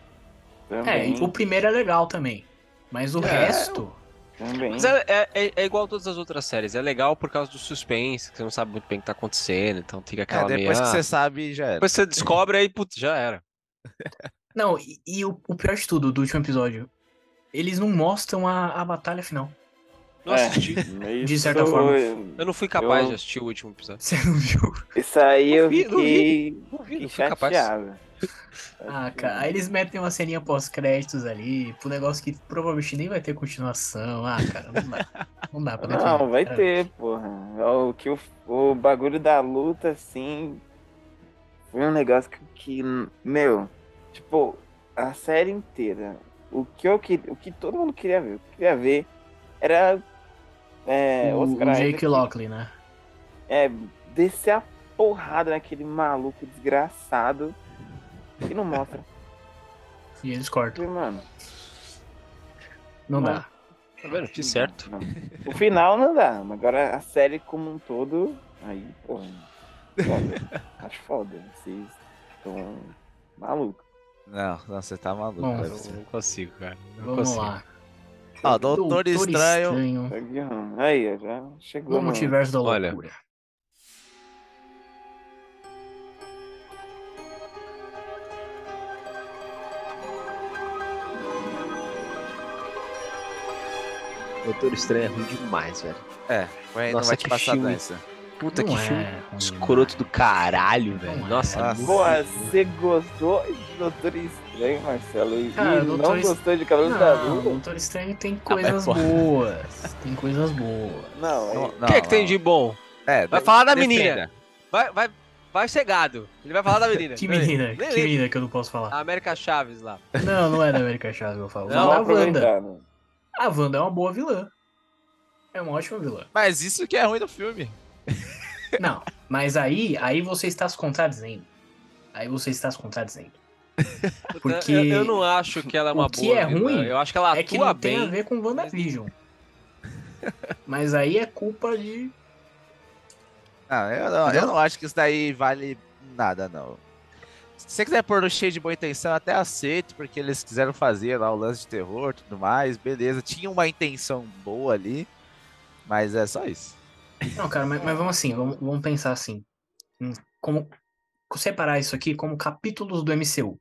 A: É,
D: Também.
A: e o primeiro é legal também. Mas o
C: É.
A: resto.
D: também.
E: Mas é, é- é- é igual todas as outras séries. É legal por causa do suspense, que você não sabe muito bem o que tá acontecendo, então fica
C: É,
E: aquela meia...
D: ah.
C: depois que você sabe, já era.
E: Depois você descobre, aí, putz, já era.
A: Não, e, e o, o pior de tudo, do último episódio. Eles não mostram a, a batalha final. *laughs*
E: Não
D: É. *laughs*
E: assisti.
D: Meio
A: de certa
D: isso-
A: forma.
E: Eu não fui capaz
D: Eu-
E: de assistir o último episódio.
A: Você não viu?
D: Isso aí eu
E: Não vi, não
D: fiquei
E: Não vi, não fui capaz.
D: chateado.
A: Ah, cara. Aí eles metem uma ceninha pós-créditos ali, pro negócio que provavelmente nem vai ter continuação. Ah, cara, não dá. Não dá pra
D: *laughs*
A: defender,
D: Não, vai
A: cara.
D: ter, porra. É O, que o, o bagulho da luta, assim. Foi um negócio que, que, Meu, tipo, a série inteira. O que eu queria. O que todo mundo queria ver. O que eu queria ver era. É,
A: o, o
D: Oscar Isaac,
A: Jake Lockley, né?
D: É, descer a porrada naquele maluco desgraçado. E não mostra.
A: E eles cortam.
D: Falei, mano.
A: Não
D: Não.
A: dá.
E: Tá vendo? Fiz certo.
D: Não. Uhum. *laughs* O final não dá, mas agora a série como um todo, aí, pô, foda. acho foda. Vocês estão malucos.
C: Não, não, você tá maluco.
A: Bom,
C: cara.
E: Eu não consigo, cara. Não
A: Vamos
E: consigo.
A: lá.
C: Ó, Doutor, Estranho.
D: Tá guiando. Aí, eu já chegou.
A: No
D: no-
A: multiverso da
E: Olha.
A: loucura.
E: Doutor Estranho é ruim demais, velho.
C: É, vai, não
E: Nossa,
C: vai te
E: que
C: passar
E: filme.
C: doença.
E: Puta
A: Não
E: que
A: é
E: filme
A: ruim,
E: escroto do caralho, velho.
A: Não é.
C: Ah,
E: Nossa,
C: Nossa.
E: muito
D: Pô,
E: ruim.
D: você gostou Doutor Estranho, Marcelo. E,
A: Cara,
D: e não
A: Doutor Est-
D: gostou de Cabelo da
A: Não,
D: Lua?
A: Doutor Estranho
E: Ah, é
A: tem coisas
B: pô.
A: boas. Tem coisas boas.
D: Não,
C: Não,
D: é-
E: O que é que tem
C: não.
E: de bom?
C: É,
E: Vai
C: de-
E: falar da
C: defenda.
E: menina. Vai, vai, vai cegado. Ele vai falar da menina.
A: Que menina,
E: Nem
A: que
E: lembro.
A: menina que eu não posso falar.
E: A América Chaves lá.
A: Não, não é da América Chaves, eu falo.
E: Não,
A: Não, a
D: mal
A: Wanda.
D: aproveitado.
A: A Wanda é uma boa vilã. É uma ótima vilã.
C: Mas isso que é ruim do filme.
A: Não, mas aí, aí você está se contradizendo. Aí você está se contradizendo.
E: Puta,
A: Porque
E: eu, eu não acho que ela é uma
A: o que
E: boa.
A: é
E: vilã.
A: ruim
E: Eu acho que ela atua
A: é que não
E: bem.
A: tem a ver com WandaVision. mas aí é culpa de.
C: Não, eu não, eu
A: Entendeu?
C: não acho que isso daí vale nada, não. Se você quiser pôr no cheio de boa intenção, eu até aceito, porque eles quiseram fazer lá o lance de terror e tudo mais, beleza. Tinha uma intenção boa ali, mas é só isso.
A: Não, cara, mas, mas vamos assim, vamos, vamos pensar assim. Hum, Como. Separar isso aqui como capítulos do MCU.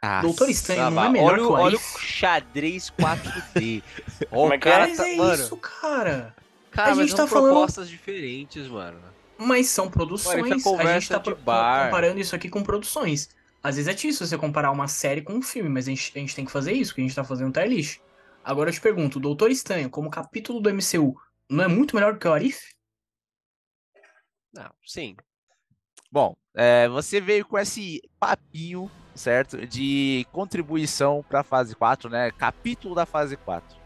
C: Ah,
A: Doutor
E: Sei
A: Estranho
E: lá,
A: não é melhor
E: tá olha,
A: que
E: o-
A: o
E: olha
A: Arif.
E: o xadrez 4D. Ó,
D: Como
E: o
D: é que é?
E: cara
A: Mas
E: tá,
A: é
E: mano,
A: isso, cara.
E: cara,
A: A
E: mas
A: gente
E: são
A: tá falando-
E: propostas diferentes, mano.
A: Mas são
E: Olha, foi
A: produções. a gente
E: conversa
A: tá
E: de
A: pro-
E: bar.
A: comparando isso aqui com produções. Às vezes é difícil você comparar uma série com um filme, mas a gente, a gente tem que fazer isso, que a gente tá fazendo tier list. Agora eu te pergunto, Doutor Estranho, como capítulo do MCU, não é muito melhor do que o Arif?
E: Não, sim.
C: Bom, é, você veio com esse papinho, certo? De contribuição para a fase 4, né? Capítulo da fase 4.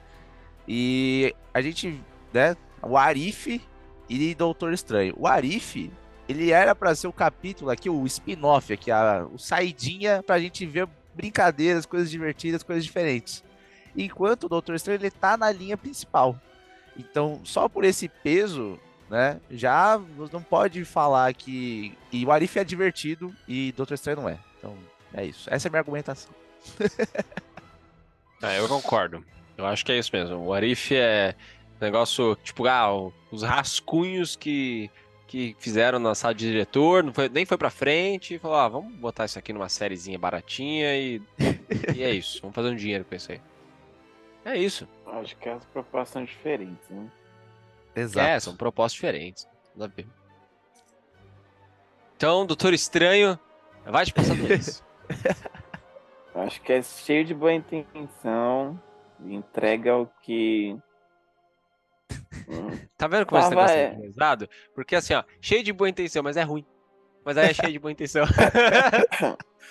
C: E a gente, né? O Arif e Doutor Estranho. O Arif, ele era para ser o capítulo aqui, o spin-off, aqui, a, o saidinha pra gente ver brincadeiras, coisas divertidas, coisas diferentes. Enquanto o Doutor Estranho, ele tá na linha principal. Então, só por esse peso, né? Já nos não pode falar que. E o Arif é divertido e Doutor Estranho não é. Então, é isso. Essa é a minha argumentação.
E: Ah, eu concordo. Eu acho que é isso mesmo. O Arif é negócio, tipo, ah, o- os rascunhos que, que fizeram na sala de diretor, não foi, nem foi pra frente, e falou, ah, vamos botar isso aqui numa sériezinha baratinha e, *laughs* e é isso. Vamos fazer um dinheiro com isso aí. É isso.
D: Acho que as propostas são diferentes, né?
E: É, são propostas diferentes. Nada a ver. Então, Doutor Estranho, vai te
C: *laughs*
E: passar dois.
D: Acho que é cheio de boa intenção. e Entrega o que.
A: *laughs*
D: Hum,
E: Tá vendo como esse
D: Ah,
E: negócio
D: vai.
E: é organizado? Porque assim, ó, cheio de boa intenção, mas é ruim. Mas aí é cheio de
C: *laughs*
E: boa intenção.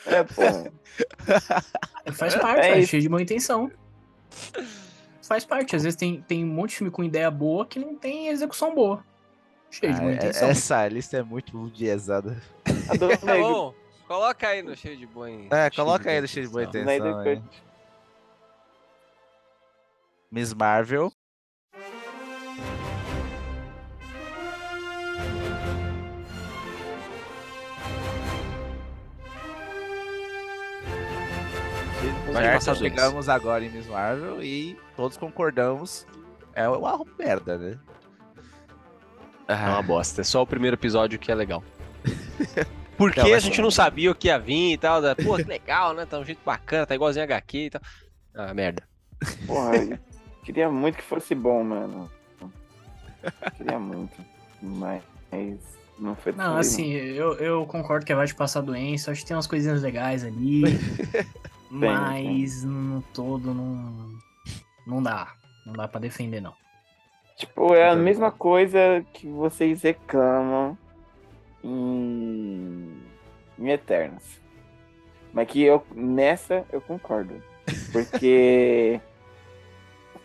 D: é, pô.
A: Faz parte,
D: É
A: é,
D: isso.
A: cheio de boa intenção. Faz parte, às vezes tem, tem um monte de filme com ideia boa que não tem execução boa. Cheio de boa intenção.
C: essa lista Ah, é muito biesada.
D: A do
E: Tá
D: Nego-
E: bom, coloca aí no cheio de boa intenção.
C: É, coloca aí no cheio de boa
D: do
A: Tá
C: intenção.
D: Snyder
C: hein?
D: Cut.
C: Miss Marvel.
E: Vai
C: certo?
E: passar dois.
C: Chegamos agora em Miss Marvel e todos concordamos. É uma merda, né?
E: É uma bosta, é só o primeiro episódio que
C: *laughs*
E: é legal. Porque
C: Não,
E: a
C: mas- é.
E: gente não sabia o que ia vir e tal. da- Pô, que legal, né? Tá um jeito bacana, tá igualzinho a HQ e tal. Ah, merda.
D: Porra, eu queria muito que fosse bom, mano. Queria muito. Mas não foi
A: Não,
D: tudo,
A: assim, eu, eu concordo que vai te passar doença, acho que tem umas coisinhas legais
C: *laughs*
A: ali, mas no todo não, não dá. Não dá pra defender, não.
D: Tipo, é a mesma coisa que vocês reclamam em, em Eternos. Mas que eu, nessa eu concordo. Porque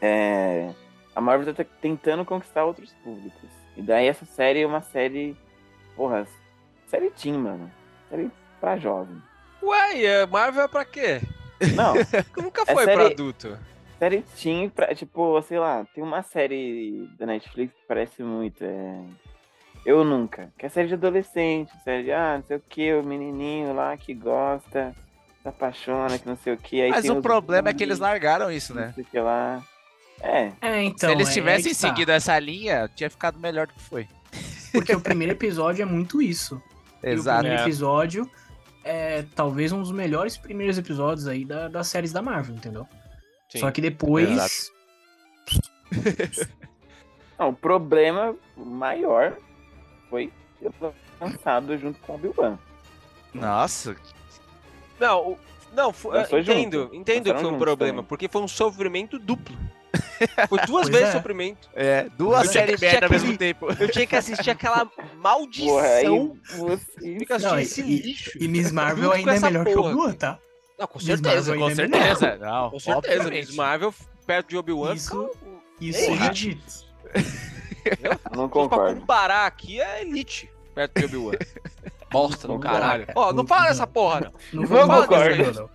D: é, a Marvel tá tentando conquistar outros públicos. E daí essa série é uma série. Porra, série teen, mano. Série pra jovem.
E: Ué, e a Marvel é pra quê?
D: Não,
E: Nunca
D: É
E: foi pra
D: série-
E: adulto.
D: Série Teen, pra, tipo, sei lá, tem uma série da Netflix que parece muito. É... Eu Nunca. Que é série de adolescente, série de, ah, não sei o que, o menininho lá que gosta, se apaixona, que não sei o que. Aí
C: Mas
D: tem
C: o
D: os
C: problema é que eles
D: bullies,
C: largaram isso,
D: Não
C: né?
D: sei o que lá. É,
A: É, então.
C: Se eles
A: é-
C: tivessem
A: é que tá,
E: *laughs*
C: seguido essa linha, tinha ficado melhor do que foi.
A: Porque o primeiro episódio é muito isso. E o
C: Exato.
A: primeiro
E: É.
A: episódio é talvez um dos melhores primeiros episódios aí da, das séries da Marvel, entendeu?
E: Sim.
A: Só que depois.
C: Exato.
D: Não, o problema maior foi ter lançado junto com o Obi-Wan.
C: Nossa,
E: Não, o- Não, foi,
D: Lançou
E: entendo,
D: junto.
E: entendo que
D: Lançaram
E: foi um
D: junto
E: problema,
D: também.
E: porque foi um
A: *laughs*
E: sofrimento duplo. Foi duas
A: Pois
E: vezes
A: é.
E: sofrimento.
C: É, duas
E: Mas
C: séries
E: tinha-
C: merda ao
E: tinha
C: mesmo tempo.
E: Eu tinha que assistir aquela
D: Porra, aí
E: maldição.
D: você.
E: Fica assistindo
A: Não,
E: esse
A: e-
E: lixo.
A: E Miss Marvel
E: Junto *laughs* com
A: ainda é
E: essa
A: melhor que
E: porra,
A: o Lua,
E: cara.
A: tá?
E: Não, com
A: Miss
E: certeza.
A: Marvel
C: Com
A: ainda é
C: certeza. Não,
E: Com certeza.
C: obviamente.
E: Miss Marvel perto de Obi-Wan.
A: Isso-
E: fica-
A: Isso
E: é
A: é
E: Ei,
A: eu
E: gente.
A: acredito.
D: Não
E: Só pra
D: concordo.
E: comparar aqui é Elite perto de
A: *laughs*
E: Obi-Wan. Bosta do
D: Não
E: caralho.
A: dá, cara.
E: Ó, não
A: Não
E: fala
A: dá.
E: dessa porra, não.
A: Não
D: Não
A: vou falar
E: concordo.
A: desse Lua,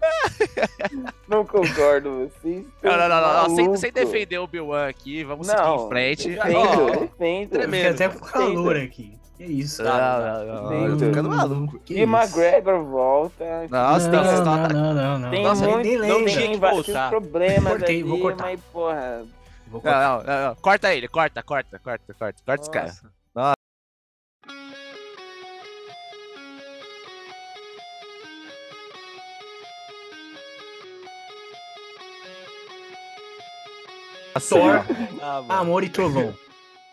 A: não.
D: Não concordo, vocês.
C: Não, não, não, não, não, Sem, sem
D: defeito.
C: defender o Obi-Wan aqui, vamos seguir
D: Não,
C: em frente.
E: já-
D: Defendo,
E: Ó,
D: defendo.
A: Eu fiquei
E: Tremendo,
A: até com calor aqui. Que isso?
C: Não, não,
A: Ah,
C: não, eu tô ficando maluco.
A: um Que
D: E
A: isso?
D: McGregor volta.
C: Nossa, tem
A: não,
C: essa
A: não, não, não, não.
D: Tem
E: Nossa,
D: muito,
A: tem
D: não
A: delay,
E: tinha
D: tem
E: que
D: vários
E: voltar.
D: problemas
A: Cortei,
D: ali,
A: vou cortar.
D: mas porra,
A: Vou cortar.
C: Não, não, não, não. Corta ele, corta, corta, corta, corta. Corta esse cara.
E: Nossa.
A: Thor,
E: Ah, mano.
A: Amor e Trovão.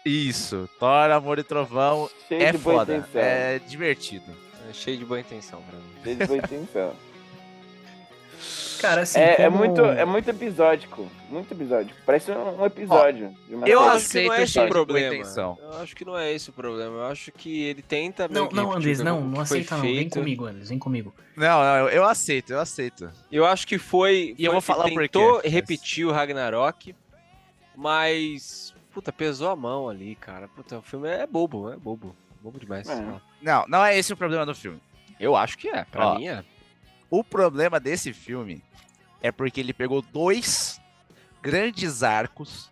C: Isso. Thor, Amor e Trovão
D: cheio
C: é
D: de boa
C: foda.
D: intenção.
C: É divertido.
E: É cheio de boa intenção pra mim.
D: Cheio de boa intenção.
A: Cara, assim,
D: é, é
A: como-
D: muito, é muito episódico. Muito episódico. Parece um, um episódio. de uma
E: Eu
D: série.
E: acho que
C: aceito
E: não é esse
C: essa
E: o problema.
C: intenção.
E: Eu acho que não é esse o problema. Eu acho que ele tenta. meio
A: Não,
E: que
D: tipo,
A: não,
E: repetir o
A: Andrés,
E: que-
A: não,
E: o
A: não
E: que foi
A: aceita não. Vem
E: feito.
A: comigo, Andrés, vem comigo.
C: Não, não, eu, eu aceito, eu aceito.
E: Eu acho que foi.
C: E eu
E: foi-
C: vou falar
E: ele
C: por quê.
E: tentou repetir o Ragnarok, mas. Puta, pesou a mão ali, cara. Puta, o filme é bobo, é bobo. Bobo demais.
D: É.
C: Não, não é esse o problema do filme.
E: Eu acho que é, pra
C: Ó.
E: mim é.
C: O problema desse filme é porque ele pegou dois grandes arcos,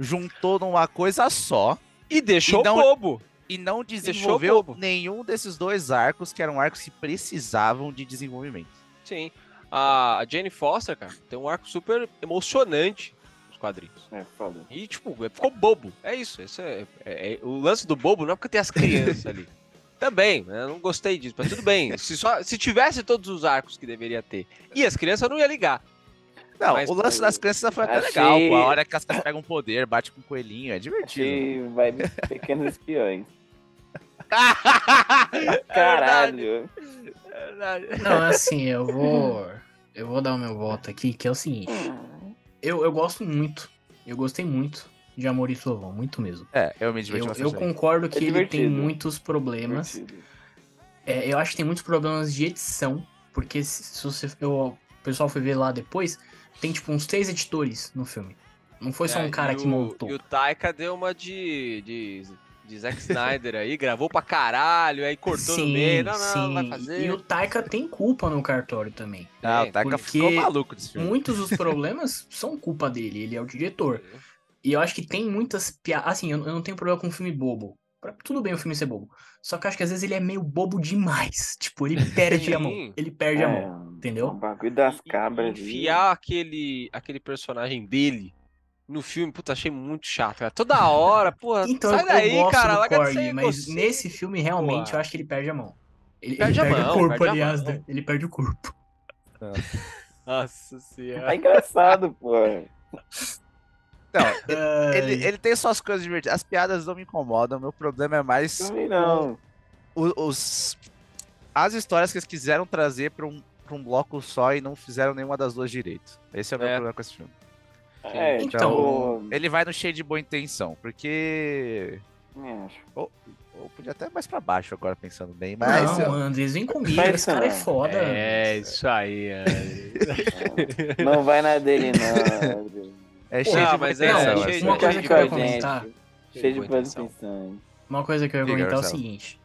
C: juntou numa coisa só
E: E um deixou
C: Então-
E: bobo.
C: e não
E: deixou
C: desenvolveu
E: bobo.
C: nenhum desses dois arcos que eram arcos que precisavam de desenvolvimento.
E: Sim. A a Jane Foster, cara, tem um arco super emocionante nos quadrinhos.
D: É foda.
E: E, tipo, ficou bobo. É isso. Isso é, é- é- o lance do bobo não é porque tem as crianças ali. Também, né, eu não gostei disso, mas tudo bem. Se, só, se tivesse todos os arcos que deveria ter e as crianças, eu não ia ligar.
C: Não,
E: Mas
C: o lance
D: o-
C: das crianças foi até
D: achei-
C: legal. pô. A hora que as crianças pegam um poder, bate com o coelhinho, é divertido.
D: Achei vibe pequenos espiões.
E: verdade.
D: Caralho.
A: Não, assim, eu vou. Eu vou dar o meu voto aqui, que é o seguinte. Eu, eu gosto muito. Eu gostei muito de Amor e Trovão, muito mesmo.
C: É, eu me diverti
A: Eu,
C: bastante.
A: eu concordo que ele tem
D: É divertido.
A: muitos problemas.
D: Divertido.
A: É, eu acho que tem muitos problemas de edição, porque se, se você, eu- o pessoal foi ver lá depois, tem tipo uns três editores no filme. Não foi só
E: É,
A: um cara
E: e
A: que
E: o-
A: montou.
E: E o Taika deu uma de, de, de Zack Snyder aí, gravou pra caralho, aí cortou no meio. Não, não, não vai fazer.
A: E o Taika tem culpa no cartório
E: *laughs*
A: também.
C: Ah, o
E: É,
C: Taika
A: porque
C: ficou maluco desse filme.
A: Muitos dos problemas são culpa dele, ele é o diretor. E eu acho que tem muitas piadas. Assim, eu eu não tenho problema com filme bobo. Pra- Tudo bem o filme ser bobo. Só que eu acho que às vezes ele é meio bobo demais. *laughs* Tipo, ele perde a mão.
E: Sim.
A: Ele perde a mão,
D: É, O
A: entendeu?
D: bagulho das cabras. ali.
E: Enfiar aquele, aquele personagem dele no filme, puta, achei muito chato, cara. Toda hora, porra,
A: Então
E: sai
A: eu,
E: daí,
A: eu gosto
E: cara,
A: do
E: larga de ser
A: Korg, mas
E: egocêntrico.
A: nesse filme realmente
E: porra.
A: eu acho que ele perde a mão. Ele
E: Perde a
A: ele
E: mão,
A: o corpo,
E: perde a
A: aliás,
E: mão.
A: né? Ele perde o corpo.
E: Nossa senhora.
D: Tá engraçado, porra.
C: Não,
A: Ai,
C: ele, ele tem suas coisas divertidas. As piadas não me incomodam. Meu problema é mais
D: Também não.
C: o- os, as histórias que eles quiseram trazer pra um, pra um bloco só e não fizeram nenhuma das duas direito. Esse é o meu
E: É.
C: problema com esse filme.
D: É,
A: Então-
D: tipo,
C: Ele vai no cheio de boa intenção, porque.
D: nem tipo, acho.
C: Ou podia até mais pra baixo agora, pensando bem, mas. é
A: Não, Andres, vem comigo.
D: Mas
A: Esse cara é
C: né?
D: não.
A: foda.
E: É, isso aí. É.
D: Não vai na dele, não. André.
C: É
E: Pô,
C: cheio
E: não,
C: de
E: mas
C: mas
E: é,
A: tipo, Não,
E: é
A: mas
E: cheio
A: uma
E: de-
A: coisa
E: cheio
A: que eu ia
E: de-
A: comentar.
D: Cheio de
E: Boa intenção.
D: posição.
A: Uma coisa que eu ia
C: Diga,
A: comentar é o
C: Marcelo.
A: seguinte: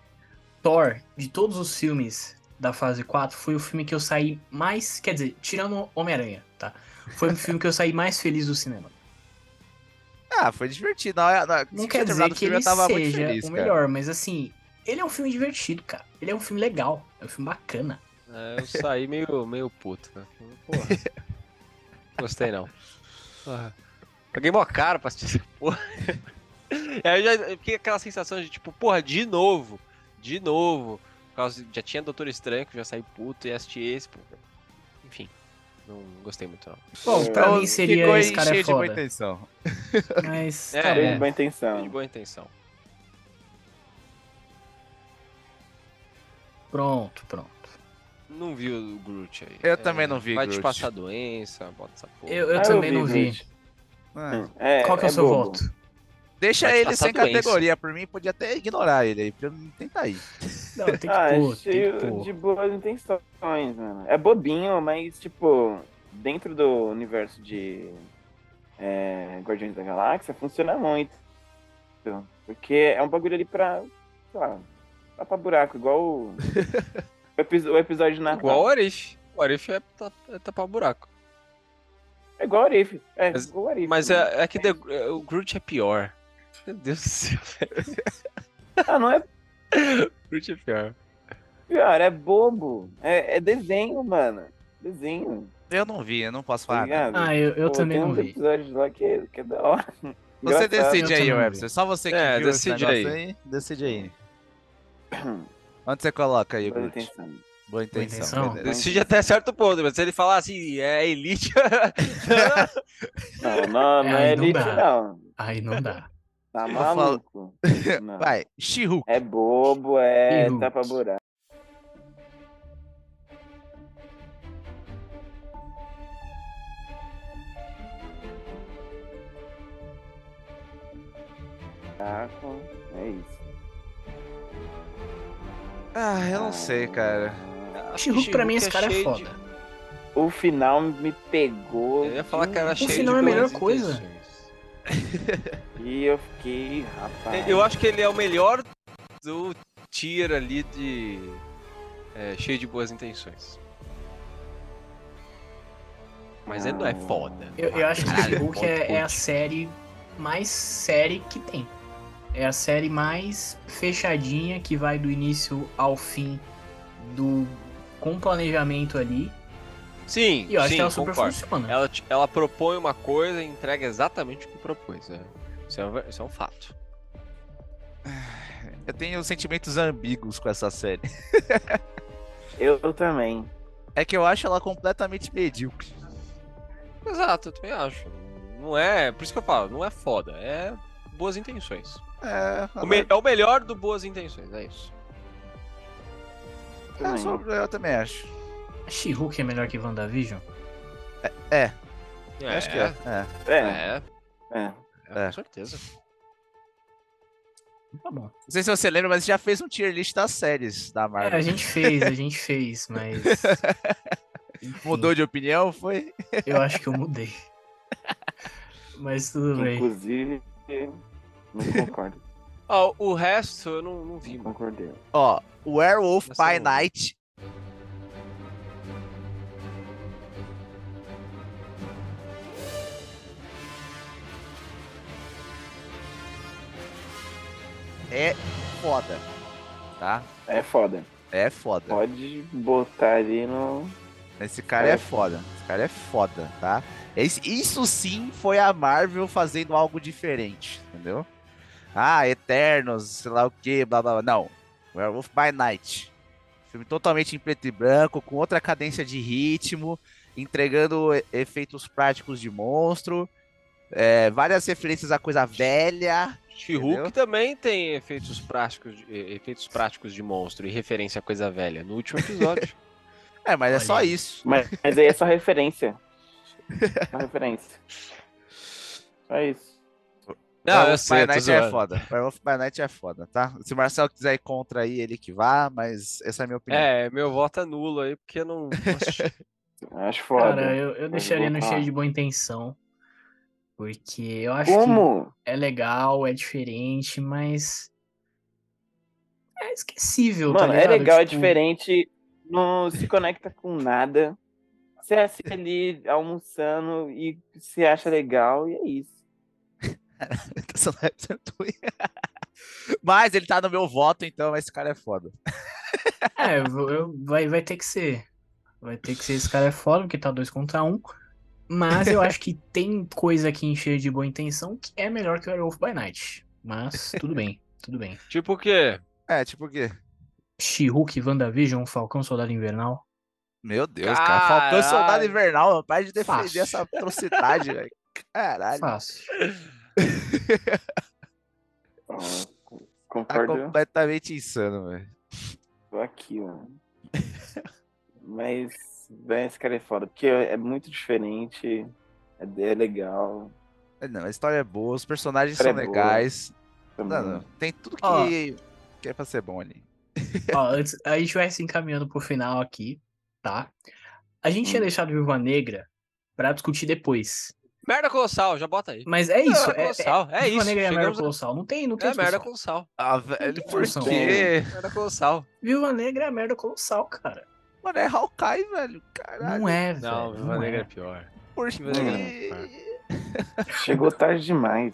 A: Thor, de todos os filmes da fase 4, foi o filme que eu saí mais. Quer dizer, tirando Homem-Aranha, tá? Foi o filme que eu saí mais feliz do cinema.
C: Ah, foi divertido. Na hora- na- se
A: Não
C: tinha
A: quer dizer
C: terminado o
A: que
C: filme,
A: ele seja
C: feliz,
A: o
C: cara.
A: melhor, mas assim, ele é um filme divertido, cara. Ele é um filme legal, é um filme bacana.
C: *laughs*
E: É, eu saí meio, meio puto. Né? Porra. Gostei não. Porra. Paguei mó caro pra assistir essa porra. *laughs* Aí eu já eu fiquei aquela sensação de tipo, porra, de novo. De novo. Por causa, já tinha Doutor Estranho, que eu já saí puto e assisti esse, pô. Enfim. Não gostei muito não.
A: Bom, pra
C: Então,
A: mim seria
C: ficou
A: esse cara é
C: cheio de boa
A: foda.
C: intenção.
A: Mas.
E: É,
A: tá
D: Cheio
A: bom.
D: de boa
E: Foi De
D: intenção.
E: boa intenção.
A: Pronto, pronto.
E: não vi o Groot aí.
C: Eu também não vi
E: Vai
C: Groot.
E: te passar doença, bota essa porra.
A: Eu, eu
D: Ah,
A: também não vi.
D: gente.
C: Ah,
D: É,
A: Qual que é o seu
D: bobo.
A: voto?
C: Deixa
E: Vai te
C: ele
E: passar
C: sem
E: doença.
C: categoria. Por mim, podia até ignorar ele aí, porque não tem tá aí.
A: Não, tem que
D: ah,
A: pôr, tem
D: cheio
A: que pôr.
D: de boas intenções, mano. É bobinho, mas, tipo, dentro do universo de é, Guardiões da Galáxia, funciona muito. Porque é um bagulho ali pra, sei lá, lá pra buraco, igual
A: *laughs*
D: o, o epi- o episódio de Natal.
E: Igual o Arif. O Arif é, ta- é tapar buraco.
D: É igual o Arif. É,
E: Mas-
D: igual o Arif.
E: Mas
D: mano.
E: é, é que The- é, o Groot é pior. *laughs* Meu Deus do céu, velho.
D: Ah, não é
E: O Groot é pior.
D: pior, é bobo. É, é desenho, mano. Desenho.
C: Eu não vi, eu não posso
D: Tá
C: falar. nada.
D: ligado?
A: Ah, eu, eu
D: Pô,
A: também
D: tem um
A: não
D: uns
A: vi.
D: episódios lá que, que é da hora.
C: *laughs* Você
D: Engraçado.
C: decide
A: Eu
C: aí,
A: também vi.
C: Webster. Só você que
E: É,
C: viu
E: decide
C: esse negócio aí. Decide aí. *clears throat* Onde você coloca aí,
D: Boa
C: Groot?
D: intenção.
C: Boa intenção.
A: intenção?
C: beleza.
E: Decide até certo ponto, mas se ele falar assim, é elite.
D: Não,
A: *laughs*
D: não, não
A: É,
D: é
A: aí não
D: elite,
A: dá.
D: não.
A: Aí não dá.
D: Tá
C: Eu falo- *laughs*
D: maluco. Não.
C: Vai, Shihu.
D: É bobo, é
A: Ih,
D: tapa buraco. É isso.
C: Ah, eu
A: *laughs*
C: não sei, cara.
A: She-Hulk, pra mim, esse cara é
E: cheio
A: foda.
E: de-
D: O final me pegou.
E: Eu ia falar
D: de
E: que era
D: um
E: cheio de
A: final é a melhor
E: boas
A: coisa.
E: intenções.
D: E eu fiquei, rapaz.
E: Eu acho que ele é o melhor do tier ali de. é, cheio de boas intenções. Mas ele não é foda.
A: Eu, eu acho que
E: Caralho, um
A: She-Hulk
E: muito
A: é, é a
E: útil.
A: série mais série que tem. É a série mais fechadinha que vai do início ao fim do com planejamento ali.
E: Sim,
A: E eu acho
E: sim,
A: que ela super
E: concordo.
A: funciona.
E: Ela, te- ela propõe uma coisa e entrega exatamente o que propôs. é. Isso, é, um ver- isso é um fato.
C: Eu tenho sentimentos ambíguos com essa série.
D: Eu, eu também.
C: É que eu acho ela completamente medíocre.
E: Exato, eu também acho. Não é. Por isso que eu falo, não é foda, é boas intenções.
C: É,
E: O me- é o melhor do boas intenções, é isso.
A: É,
C: eu, sou- eu também acho.
A: A She-Hulk é melhor que WandaVision?
E: É,
C: Eu acho que é. é.
D: É,
E: É,
D: é.
E: é,
C: É.
E: com certeza.
A: Tá bom.
C: Não sei se você lembra, mas já fez um tier list das séries da
A: É,
C: Marvel.
A: a gente fez, a gente fez, *laughs* mas. Enfim,
C: Mudou de opinião, foi?
A: Eu acho que eu mudei. Mas tudo bem.
D: Inclusive, não concordo.
E: Ó, o resto eu não, não vi,
D: Não
E: mano.
D: concordei.
C: Ó, Werewolf
E: Essa
C: by
E: eu-
C: Night. É foda. Tá?
D: É foda.
C: É foda.
D: Pode botar ali no.
C: Esse cara é
D: É.
C: foda. Esse cara é foda, tá? Esse- Isso sim foi a Marvel fazendo algo diferente, entendeu? Ah, Eternos, sei lá o que, blá blá blá. Não. Werewolf by Night. Filme totalmente em preto e branco, com outra cadência de ritmo, entregando e- efeitos práticos de monstro, é, várias referências a coisa velha.
E: She-Hulk
C: Entendeu?
E: também tem efeitos práticos, de, e- efeitos práticos de monstro e referência a coisa velha no último
C: *laughs*
E: episódio.
C: É, mas é
A: Olha
C: só
A: aí.
C: isso.
D: Mas, mas aí é
E: *laughs*
D: só referência. Só referência. Só isso.
E: não, Ah, eu
C: Werewolf
E: sei,
C: by
E: eu tô
C: Night é
E: zoando.
C: foda. Werewolf by Night é foda, tá? Se o Marcelo quiser ir contra aí, ele que vá, mas essa é a minha opinião.
E: É, meu voto é nulo aí, porque eu não assisti.
D: Acho foda.
A: Cara, eu, eu deixaria no
D: botar.
A: cheio de boa intenção. Porque eu acho que
D: Como?
A: é legal, é diferente, mas. É esquecível, tá
D: Mano, é
A: ligado?
D: legal, é
A: Tipo,
D: diferente. Não se conecta com nada. Você assiste ali almoçando e se acha legal, e é isso.
C: *laughs* Essa não é tanto eu. *laughs* Mas ele tá no meu voto, então esse cara é foda.
A: É, eu vou- eu- vai, vai ter que ser. Vai ter que ser. Esse cara é foda, porque tá dois contra um. Mas eu acho
E: *laughs*
A: que tem coisa aqui em cheio de boa intenção que é melhor que o Werewolf by Night. Mas tudo bem, tudo bem.
E: tipo o quê?
C: É, tipo o quê?
A: She-Hulk, WandaVision, Falcão, Soldado Invernal.
C: Meu Deus, cara. Faltou
E: Caralho.
C: soldado invernal, rapaz, de defender
A: Fácil.
C: essa atrocidade, velho. Caralho.
A: Fácil.
D: Ó, con-
C: Tá
D: Então, Concordo
C: completamente insano, velho.
D: aqui, mano. Mas, velho, esse cara é foda, porque é muito diferente, é, é legal.
C: É, Não, a história é boa, os personagens
D: Cara,
C: são
D: é boa. Hum.
C: legais.
D: também.
C: Não, não, tem tudo que,
A: Ó.
C: que é pra ser bom ali.
A: Ó, antes- a gente vai se encaminhando pro final aqui, tá? A gente tinha
D: Hum.
A: deixado Viúva Negra pra discutir depois.
E: Merda colossal, já bota aí.
A: Mas é isso. É,
E: merda
A: é,
E: colossal, é,
A: Viúva
E: isso.
A: Negra é merda
E: Chegamos a-
A: colossal. Não tem, não tem
E: É merda
A: discussão.
E: colossal.
C: Ah,
A: tem
C: velho, por
A: discussão.
C: quê?
E: Merda colossal.
A: Viúva Negra é merda colossal, cara.
C: Mano, é Hawkeye, velho. Caralho.
A: Não é, velho.
B: Não, Viva
A: não é.
B: Negra é pior.
C: Por
E: Viúva Negra
C: quê?
D: Chegou
A: *laughs*
D: tarde demais.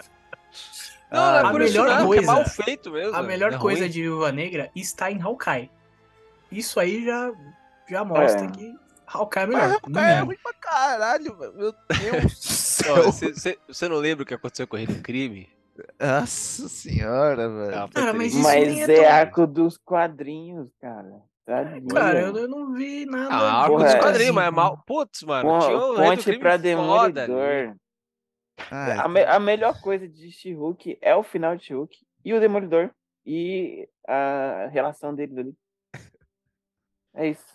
E: Não, não,
C: Ah,
E: é
A: a
E: por isso
A: melhor
E: não, porque
A: coisa-
E: é mal feito mesmo.
A: A melhor
E: é
A: coisa
E: ruim.
A: de Viúva Negra está em Hawkeye. Isso aí já, já mostra
D: É.
A: que Hawkeye é
C: Mas
A: melhor. não
C: Hawkeye é
A: é.
C: ruim pra caralho, velho. *laughs* Meu Deus do céu.
E: Ó, cê- cê- Você não lembra o que aconteceu com o Rei do Crime?
C: Nossa senhora, velho.
E: Ah, foi
A: Cara, mas
E: triste.
A: isso nem
D: Mas
A: é
D: é,
A: tão-
D: arco dos quadrinhos, cara. Tá Tadinho.
A: Cara, eu, eu não vi nada.
E: Ah, arco
D: Porra,
E: dos
D: é.
E: quadrinhos, mas é
A: assim,
E: mal. Putz, mano.
D: Pon-
E: tinha um Rei do
D: Ponte
E: Crime
D: pra
E: foda ali.
D: Demolidor.
C: Ai, tá.
E: É, tá.
D: A, me- a melhor coisa de She-Hulk é o final de She-Hulk e o Demolidor e a relação deles
E: *laughs*
D: ali. É isso.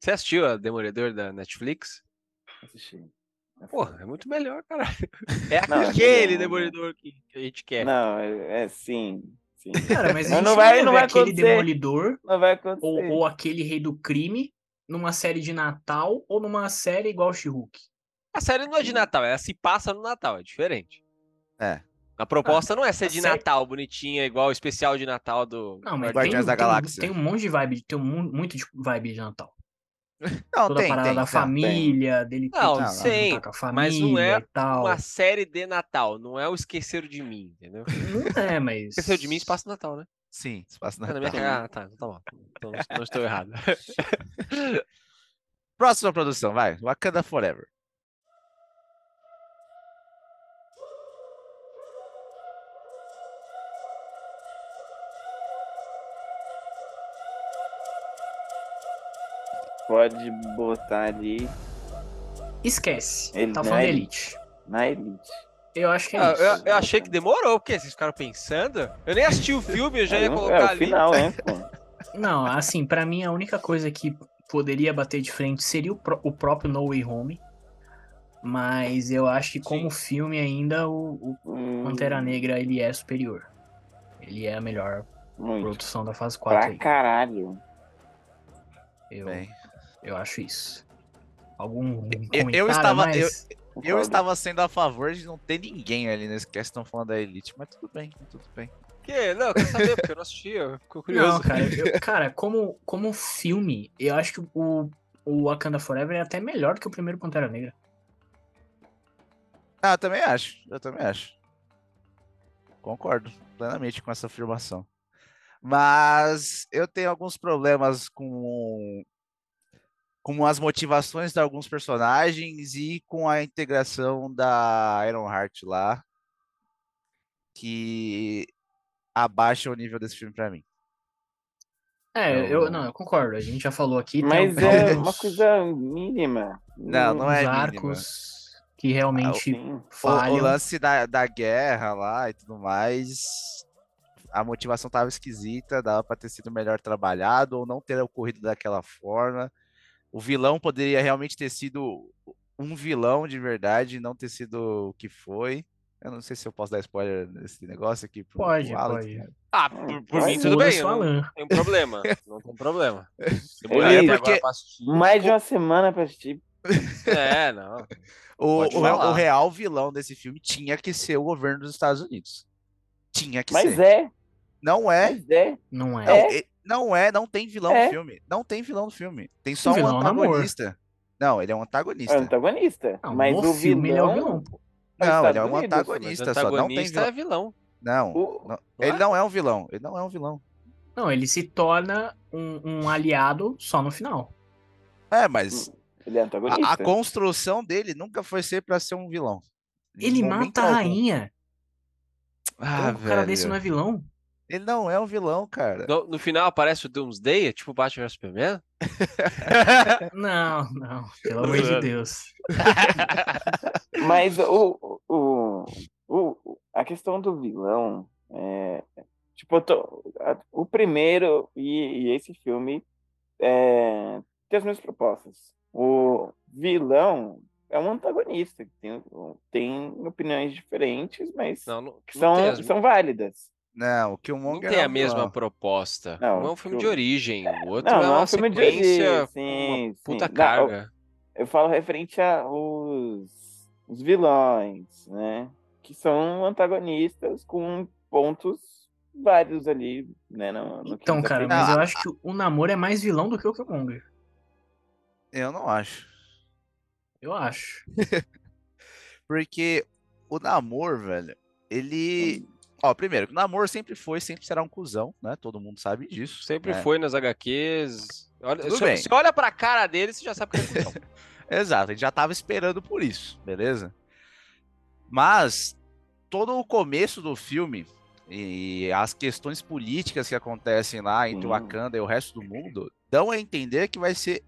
E: Você assistiu a Demolidor da Netflix?
D: Assisti.
E: Porra, é muito melhor, cara. É *laughs*
D: Não, é
E: aquele
D: melhor,
E: Demolidor que que a gente quer.
D: Não, é, é sim.
E: *laughs*
D: sim.
A: Cara, mas um a gente
D: Mas *laughs* não
A: não
D: vai-
A: vai,
D: não vai
A: aquele
D: acontecer.
A: Demolidor
D: Não vai
A: ou,
D: acontecer.
A: ou aquele Rei do Crime numa série de Natal ou numa série igual She-Hulk.
E: A série não é de Natal, ela se passa no Natal, é diferente.
C: É.
E: A proposta não é ser
A: Ah, a
E: de
A: série-
E: Natal, bonitinha, igual o especial de Natal do.
A: Não, mas tem,
C: Guardiões da
A: tem-
C: Galáxia.
A: tem um monte de vibe, tem um, mon- muito de vibe de Natal.
C: Não,
A: Toda a parada da família, dele ter
E: Não,
A: que se
E: sim,
A: juntar com a família
E: mas não é
A: e tal.
E: Uma série de Natal, não é o Esqueceram de Mim, entendeu?
A: Não é, mas...
E: Esqueceram de Mim,
A: *laughs*
E: se passa no Natal, né?
C: Sim, espaço
E: Ah, na minha
C: Natal.
E: cara, ah, tá, então tá bom. Então não- não estou errado.
A: *laughs* É
C: Próxima produção, vai. Wakanda Forever.
D: Pode botar ali
A: Esquece.
D: Ele
A: tá
D: não é
A: falando de
D: elite.
A: Elite.
D: na Elite.
A: Eu acho que é
E: Ah,
A: isso.
E: eu, eu achei que demorou, porque vocês ficaram pensando. Eu nem assisti o filme, eu já
D: Aí
E: ia
D: não-
E: colocar
D: é o
E: ali. *laughs*
D: final, né, pô?
A: Não, assim, pra mim a única coisa que poderia bater de frente seria o, pró- o próprio No Way Home. Mas eu acho que como filme ainda o, o
D: Hum,
A: Pantera Negra ele é superior. Ele é a melhor
D: Muito.
A: produção da fase 4
D: Pra
A: aí.
D: caralho.
A: Eu,
C: Bem,
A: eu acho isso. Algum
C: eu
A: comentário
C: estava-
A: a mais?
C: eu
D: Concordo.
C: estava sendo a favor de não ter ninguém ali nesse cast, estão falando da Elite, mas tudo bem, tudo bem.
E: Que? Não, eu quero saber, porque eu não assisti, eu fico curioso.
A: Não, cara, eu- cara, como, como filme, eu acho que o, o Wakanda Forever é até melhor que o primeiro Pantera Negra.
C: Ah, eu também acho, eu também acho. Concordo plenamente com essa afirmação. Mas eu tenho alguns problemas com com as motivações de alguns personagens e com a integração da Ironheart lá, que abaixa o nível desse filme pra mim.
A: É,
C: Eu-
A: eu, não, eu concordo. A gente já falou aqui. tem
D: Mas
A: alguns-
D: é uma coisa mínima. Hum,
C: Não, não
A: os
C: é mínima.
A: arcos que
E: é
D: Ah,
A: realmente
D: Sim.
C: O, o
A: falham.
C: lance da, da guerra lá e tudo mais, a motivação tava esquisita, dava pra ter sido melhor trabalhado ou não ter ocorrido daquela forma. O vilão poderia realmente ter sido um vilão de verdade, não ter sido o que foi. Eu não sei se eu posso dar spoiler nesse negócio aqui. Pro, pro
A: Pode,
C: Alan, tá
A: pode.
C: cara.
E: Ah, por, por
D: Mas
E: mim tudo bem,
A: Foda-se o
E: eu não
A: Alan.
E: tem problema. Não tem
A: *laughs*
E: problema.
D: É,
E: Demorei até
C: porque-
E: agora pra assistir.
D: Mais de uma semana pra assistir.
E: É, não.
C: O,
E: Pode
C: o real- o
E: falar.
C: real vilão desse filme tinha que ser o governo dos Estados Unidos. Tinha que
D: Mas
C: ser.
D: é,
C: Não é.
D: mas é.
A: Não
C: Não,
A: é.
D: É?
C: e- não é, não tem vilão
D: É?
C: no filme. Não tem vilão no filme. Tem só um
A: vilão é o namoro.
C: antagonista. Não, ele é um
D: É
C: antagonista.
D: antagonista.
E: Ah, um
A: Não,
D: mas
A: no
D: o
A: filme ele é o
D: vilão.
A: vilão, pô.
D: é
C: Não, ele é
D: Estados
C: um
D: Unidos,
E: Mas
D: mas
C: antagonista só. Não tem
E: antagonista
C: vilão.
E: é vilão.
C: Não,
D: O-
C: não,
E: não
C: Ele
E: é?
C: não é um vilão. Ele não é um vilão.
A: Não, ele se torna um, um aliado só no final.
C: É, mas
D: Ele é
C: a- a,
D: antagonista.
C: construção dele nunca foi ser pra ser um vilão. Em
A: Ele
C: momento
A: mata a
C: algum.
A: rainha.
C: Ah,
D: um
A: Como que o cara desse
C: velho.
A: não é vilão?
C: Ele não é um vilão, cara.
E: Ah, No, no final aparece o Doomsday, é tipo Batman vs Superman.
A: Não, não. Pelo amor de
E: zoando.
A: Deus.
D: Mas o, o, o, a questão do vilão. É, tipo, eu tô- a- o primeiro e, e esse filme é, tem as mesmas propostas. O vilão é um antagonista, que tem, tem opiniões diferentes, mas
E: Não, não,
D: que
E: não
D: são,
E: tem, as-
D: que são válidas.
C: Não, o Killmonger
E: não tem
C: é
E: a
C: um
E: mesma
C: vilão.
E: proposta.
D: Não,
E: um é um filme
D: eu-
E: de origem, o outro
D: Não,
E: é
D: não
E: uma
D: é um filme de origem,
E: sequência com
D: sim,
E: uma
D: sim.
E: puta
D: Não,
E: carga.
D: Eu falo referente aos os vilões, né? Que são antagonistas com pontos vários ali, né? No, no que
A: Então,
D: eles
A: cara,
D: acreditam.
A: mas eu acho que o Namor é mais vilão do que o Killmonger.
C: Eu não acho.
A: Eu acho.
C: Porque o Namor, velho, ele. Ó, primeiro, o Namor sempre foi, sempre será um cuzão, né? Todo mundo sabe disso.
E: Sempre
C: né?
E: foi nas HQs. Olha,
C: Tudo
E: se,
C: bem.
E: se olha pra cara dele, você já sabe que ele é cuzão.
C: Exato, a gente já tava esperando por isso, beleza? Mas todo o começo do filme e as questões políticas que acontecem lá entre o
D: Sim.
C: Wakanda e o resto do mundo dão a entender que vai ser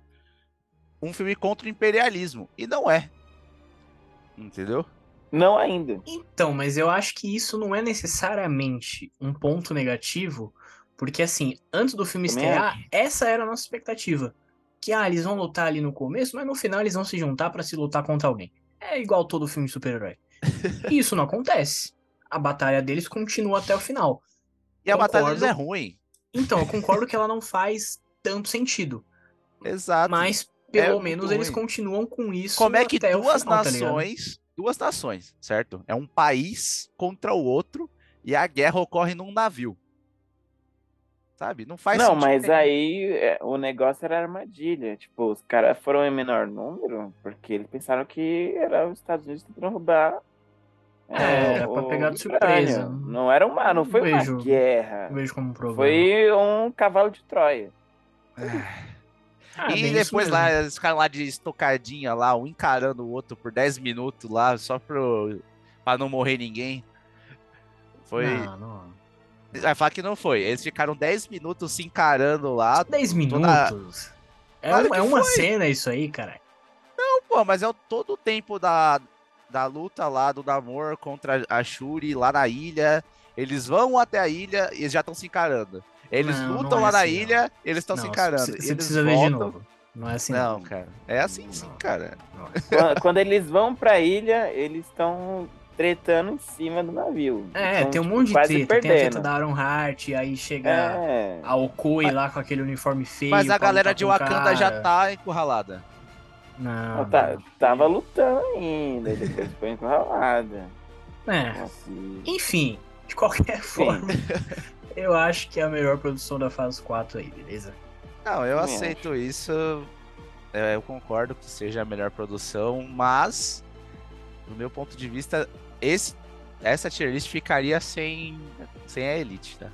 C: um filme contra o imperialismo. E não é. Entendeu?
D: Não ainda.
A: Então, mas eu acho que isso não é necessariamente um ponto negativo, porque assim, antes do filme
D: Também
A: estrear, essa era a nossa expectativa. Que ah, eles vão lutar ali no começo, mas no final eles vão se juntar pra se lutar contra alguém. É igual todo filme de
C: *laughs*
A: super-herói. E isso não acontece. A batalha deles continua até o final.
C: E a batalha deles é
A: Concordo.
C: ruim.
A: Então, eu concordo que ela não faz tanto sentido.
C: Exato.
A: Mas
C: É
A: pelo
C: muito
A: menos eles
C: ruim.
A: continuam com isso.
C: Como é que
A: até o
C: duas
A: final, tá ligado?
C: nações, duas nações, certo? É um país contra o outro e a guerra ocorre num navio. Sabe? Não faz
D: não,
C: sentido
D: mas
C: nenhum.
D: aí é, o negócio era armadilha. Tipo, os caras foram em menor número porque eles pensaram que era os Estados Unidos tentando roubar.
A: É,
D: o-
A: era pra
D: o
A: pegar de
D: Ucrânia.
A: surpresa.
D: Não era uma, não foi uma
A: Vejo.
D: guerra.
A: Não vejo como um problema.
D: Foi um cavalo de Troia.
A: Ah, É, bem
C: e
A: isso
C: depois
A: mesmo.
C: lá, eles ficaram lá de estocadinha lá, um encarando o outro por 10 minutos lá, só pro, pra não morrer ninguém. Foi.
A: Não, não.
C: Vai falar que não foi. Eles ficaram 10 minutos se encarando lá.
A: 10
C: Toda-
A: minutos. É,
C: Claro
A: um-
C: que
A: é uma
C: foi.
A: cena isso aí, cara.
C: Não, pô, mas é o- todo o tempo da, da luta lá do Namor contra a Shuri lá na ilha. Eles vão até a ilha e eles já estão se encarando. Eles
A: Não, não
C: lutam
A: é
C: lá na
A: assim, não.
C: ilha, eles estão
A: Não,
C: Tá se
A: você
C: encarando.
A: precisa-
C: E
A: Você
C: eles
A: precisa ver de
C: voltam-
A: novo. Não é assim.
C: Não, cara. É assim
A: Não,
C: sim,
A: não.
C: cara.
A: Não.
D: quando, quando eles vão pra ilha, eles estão tretando em cima do navio.
A: É,
D: Então,
A: tem um
D: tipo,
A: monte de
D: quase
A: treta. Tem a
D: Perdendo.
A: treta da Aaron Hart, aí chega
D: É.
A: a Okoi lá com aquele uniforme feio.
C: Mas a
A: pra
C: galera
A: lutar
C: de
A: com o
C: Wakanda já
A: cara. é.
C: tá encurralada.
A: Não,
D: Ela tá- tava lutando ainda, e depois foi encurralada.
A: não. É.
D: Nossa, e-
A: Enfim, de qualquer
C: *laughs*
A: forma, eu acho que é a melhor produção da fase 4 aí, beleza?
C: Não, eu
D: Também
C: aceito isso. é, Eu concordo que seja a melhor produção, mas do meu ponto de vista, esse, essa tier list ficaria sem, sem a Elite, tá?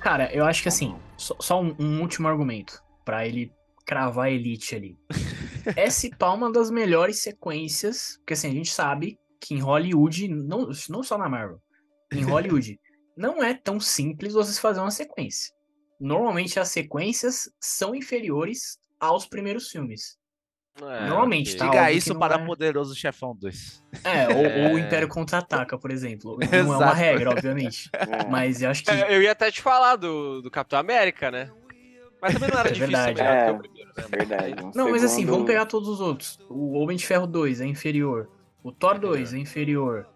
A: Cara, eu acho que assim, só, só um, um último argumento pra ele cravar a Elite ali. Essa pá uma das melhores sequências, porque assim, a gente sabe que em Hollywood, não, não só na Marvel, em Hollywood, não é tão simples você fazer uma sequência. Normalmente as sequências são inferiores aos primeiros filmes.
E: É,
A: Normalmente,
E: ok.
A: Tá,
C: Diga
A: óbvio
C: isso
A: que não
C: para
A: é.
C: Poderoso Chefão 2.
A: É, ou, ou o
E: É.
A: Império Contra-Ataca, por exemplo. Não é uma
C: Exato.
A: regra, obviamente.
D: é.
A: Mas eu acho
E: *laughs*
A: que
E: É, Eu ia até te falar do, do Capitão América, né? Mas também não era
A: É
E: difícil
A: verdade.
E: também, era
D: É.
E: o primeiro, né?
D: Verdade. um
A: Não, mas assim, vamos
D: segundo-
A: pegar todos os outros. O Homem de Ferro 2 é inferior. O Thor 2 é inferior.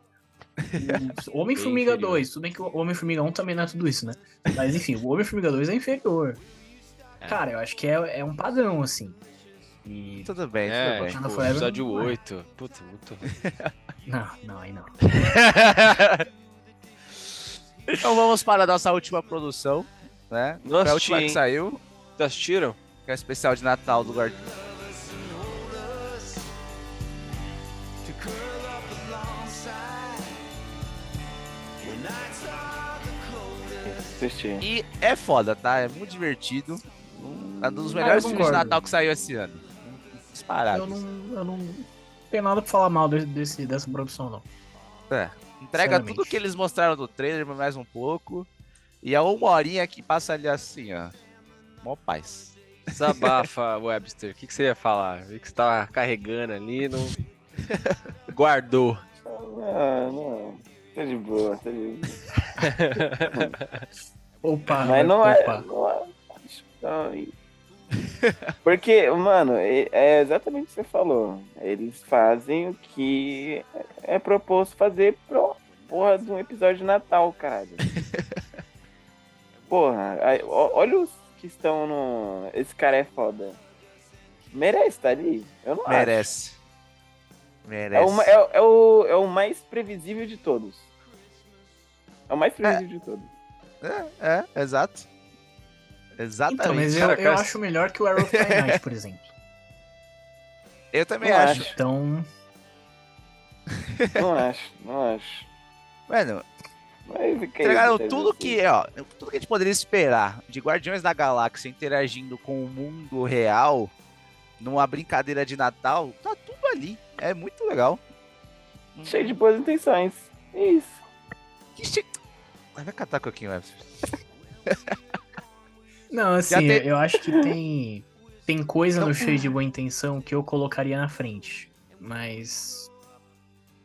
A: O Homem-Formiga
E: inferior.
A: 2, tudo bem que o Homem-Formiga 1 também não é tudo isso, né? Mas enfim, o Homem-Formiga 2 é inferior. Cara, eu acho que é, é um padrão, assim. E.
C: Tudo bem,
E: É,
C: tudo bem.
A: Wakanda
E: tipo,
A: Forever
E: episódio
A: não é.
E: 8. Puta, muito.
A: Não, não, aí não.
C: então vamos para a nossa última produção, né?
E: Não
C: Foi a
E: assisti,
C: última que
E: hein?
C: saiu,
E: Vocês assistiram?
C: que é o especial de Natal do Guardião.
D: Assistir.
C: E é foda, tá? É muito divertido. É um dos melhores
A: Ah, eu
C: filmes de
A: concordo.
C: Natal que saiu esse ano. Disparado.
A: Eu não. Eu não tenho nada pra falar mal de- desse, dessa produção, não.
C: Entrega tudo
A: sinceramente.
C: que eles mostraram do trailer, mas mais um pouco. E é uma horinha que passa ali assim, ó. Mó paz.
E: Desabafa, Webster. O que, que você ia falar? Vi que você tava carregando ali, não. *laughs* Guardou.
D: Não, Ah, não. Tá de boa, tá de boa.
A: Opa,
D: Mas não
C: Ah,
A: opa.
D: é, não é- tal. e- *laughs* Porque, mano, é é exatamente o que você falou. Eles fazem o que é proposto fazer pro porra de um episódio de Natal,
C: *laughs*
D: caralho. Porra, aí, ó- olha os que estão no. Esse cara é foda. Merece estar ali? Eu não acho.
C: Merece.
D: É
C: Merece.
D: o, ma- é, o- é o, é o mais previsível de todos. É o mais previsível de todos.
C: É, é, exato. Exatamente.
A: Então, mas eu,
B: Cara,
A: eu
B: cara,
A: acho melhor que o Arrow of Night, por exemplo.
C: Eu também
D: eu
C: acho.
D: acho.
A: Então,
D: Não *laughs* acho, não acho.
C: Mano,
D: Mas é fica aí,
C: entregaram
D: fica aí
C: tudo
D: você.
C: que, ó, tudo que a gente poderia esperar de Guardiões da Galáxia interagindo com o mundo real numa brincadeira de Natal, tá tudo ali. É muito legal.
D: Cheio de boas intenções. É Isso.
C: Que che... Ah, Vai catar coquinho, Webster.
A: não, assim,
C: Já teve-
A: eu acho que tem tem coisa
C: Não.
A: no cheio de boa intenção que eu colocaria na frente, mas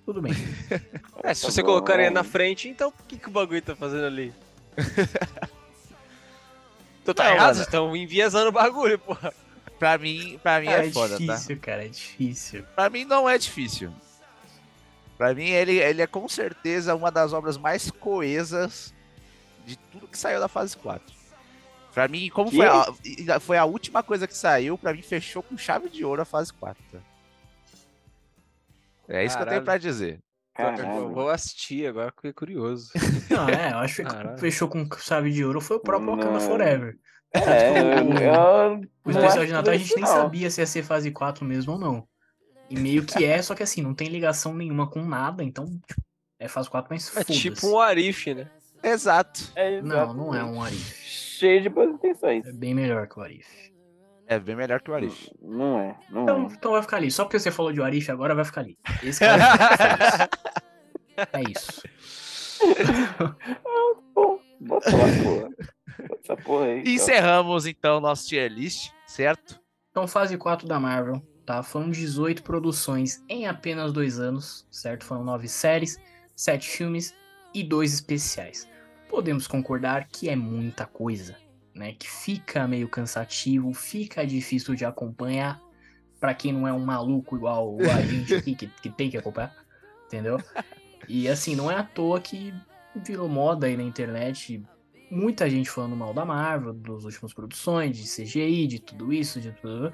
A: tudo bem.
E: É, se
D: Tá
E: você
D: bom.
E: colocaria na frente, então o que, que o bagulho tá fazendo ali? *laughs* Então tá
C: Não,
E: errado,
C: mano.
E: vocês estão enviesando o bagulho, porra.
C: Pra mim, pra mim é,
A: é
C: foda, tá?
A: difícil, cara, é difícil.
C: Pra mim não é difícil. Pra mim ele, ele é com certeza uma das obras mais coesas de tudo que saiu da fase 4. Pra mim, como
D: Que?
C: foi a, e- e foi a última coisa que saiu, pra mim fechou com chave de ouro a fase 4. tá? É isso que eu tenho
E: Caralho.
C: pra dizer.
E: Eu
D: Caralho.
E: Então, tipo, vou assistir agora, fiquei curioso.
A: Não, é, eu acho que
E: Caralho.
A: fechou com chave de ouro foi o próprio Wakanda
D: Não.
A: Forever. Tipo,
D: É,
A: *laughs*
D: eu, eu
A: O
D: não
A: especial
D: acho
A: de Natal a
D: tudo
A: gente nem
D: isso, não.
A: sabia se ia ser fase 4 mesmo ou não. E meio que é, só que assim, não tem ligação nenhuma com nada, então tipo, é fase 4, mas
E: É
A: foda
E: tipo um arife, né?
C: Exato.
D: É,
A: Não, não é
D: exatamente.
A: um Arif.
D: Cheio de boas intenções.
A: É bem melhor que o Arif.
C: É bem melhor que o
D: *laughs*
C: Arif.
D: Não é, não
A: Então,
D: é.
A: então vai ficar ali. Só porque você falou de Arif agora, vai ficar ali. Esse
C: *laughs*
A: cara é isso.
D: Pô, bota lá, porra. Bota essa porra aí.
C: *laughs*
D: então.
C: Encerramos então nosso tier list, certo?
A: Então, fase 4 da Marvel, tá? Foram 18 produções em apenas dois anos, certo? Foram 9 séries, 7 filmes e 2 especiais. Podemos concordar que é muita coisa, né? Que fica meio cansativo, fica difícil de acompanhar pra quem não é um maluco igual a gente aqui que, que tem que acompanhar, entendeu? E assim, não é à toa que virou moda aí na internet muita gente falando mal da Marvel, dos últimos produções, de CGI, de tudo isso, de tudo.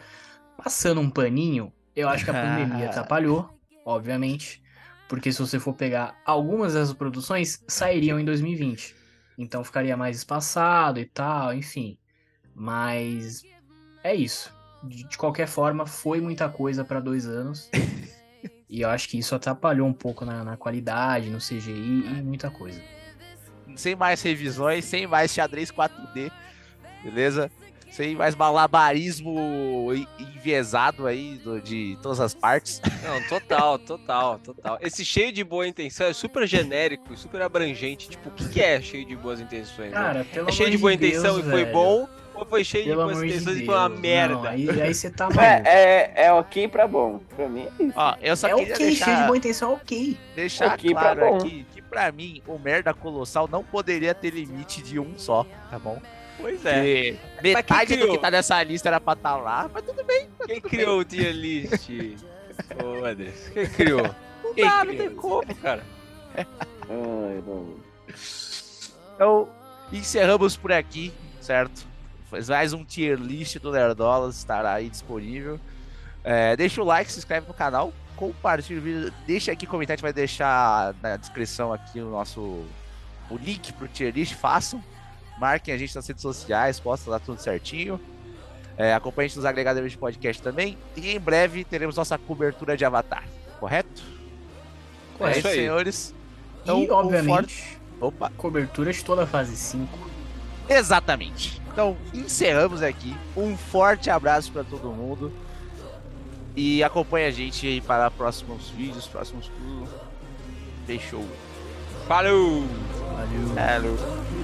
A: Passando um paninho, eu acho que a pandemia atrapalhou, obviamente. Porque se você for pegar algumas dessas produções, sairiam em 2020. Então ficaria mais espaçado e tal, enfim. Mas é isso. De, de qualquer forma, foi muita coisa para dois
C: *laughs*
A: anos. e eu acho que isso atrapalhou um pouco na, na qualidade, no CGI e muita coisa.
C: Sem mais revisões, sem mais xadrez 4D, beleza? Sem mais malabarismo en- enviesado aí do- de todas as partes.
E: Não, total, total, total. Esse cheio de boa intenção é super genérico, super abrangente. Tipo, o que, que é cheio de boas intenções? né?
A: Cara, pelo
E: é cheio
A: amor
E: de boa
A: Deus,
E: intenção e foi
A: velho.
E: bom? Ou foi cheio
A: Pelo
E: de
A: amor
E: boas
A: de
E: intenções
A: Deus.
E: e foi uma
A: Não,
E: merda?
A: aí, aí você
C: *laughs*
A: tá maluco.
D: É, é, é ok pra bom. Pra mim é isso.
C: *laughs* Ó, eu só
A: É
C: queria
A: ok, cheio de
C: deixar,
A: boa intenção, é ok.
C: deixar
D: Ok, pra
C: claro
D: bom.
C: aqui que pra mim o merda colossal não poderia ter limite de um só, tá bom?
E: Pois é.
C: Porque metade do
E: criou?
C: que tá nessa lista era pra estar lá, mas tudo bem. Mas
E: Quem
C: tudo
E: criou o
A: *laughs*
E: tier list? Ô, Anderson, quem criou? Não
C: Quem
E: dá, não
C: criou?
E: tem como, cara. Ah.
D: Ai, mano.
C: bem. Então, encerramos por aqui, certo? Faz Mais um tier list do Nerdolas estará aí disponível. É, deixa o like, se inscreve no canal, compartilha o vídeo, deixa aqui comentário, a gente vai deixar na descrição aqui o nosso o link pro tier list, façam, marquem a gente nas redes sociais, postem lá tudo certinho. É, acompanhe a gente nos agregadores de podcast também. E em breve teremos nossa cobertura de Avatar, correto? É
E: Correto.
C: isso,
E: Isso aí.
C: senhores.
A: e,
C: um forte-
A: obviamente,
C: Opa!
A: cobertura de toda a fase 5.
C: Exatamente. Então, encerramos aqui. Um forte abraço para todo mundo. E acompanha a gente aí para próximos vídeos, próximos tudo. Fechou.
E: Falou!
A: Valeu.
C: Hello.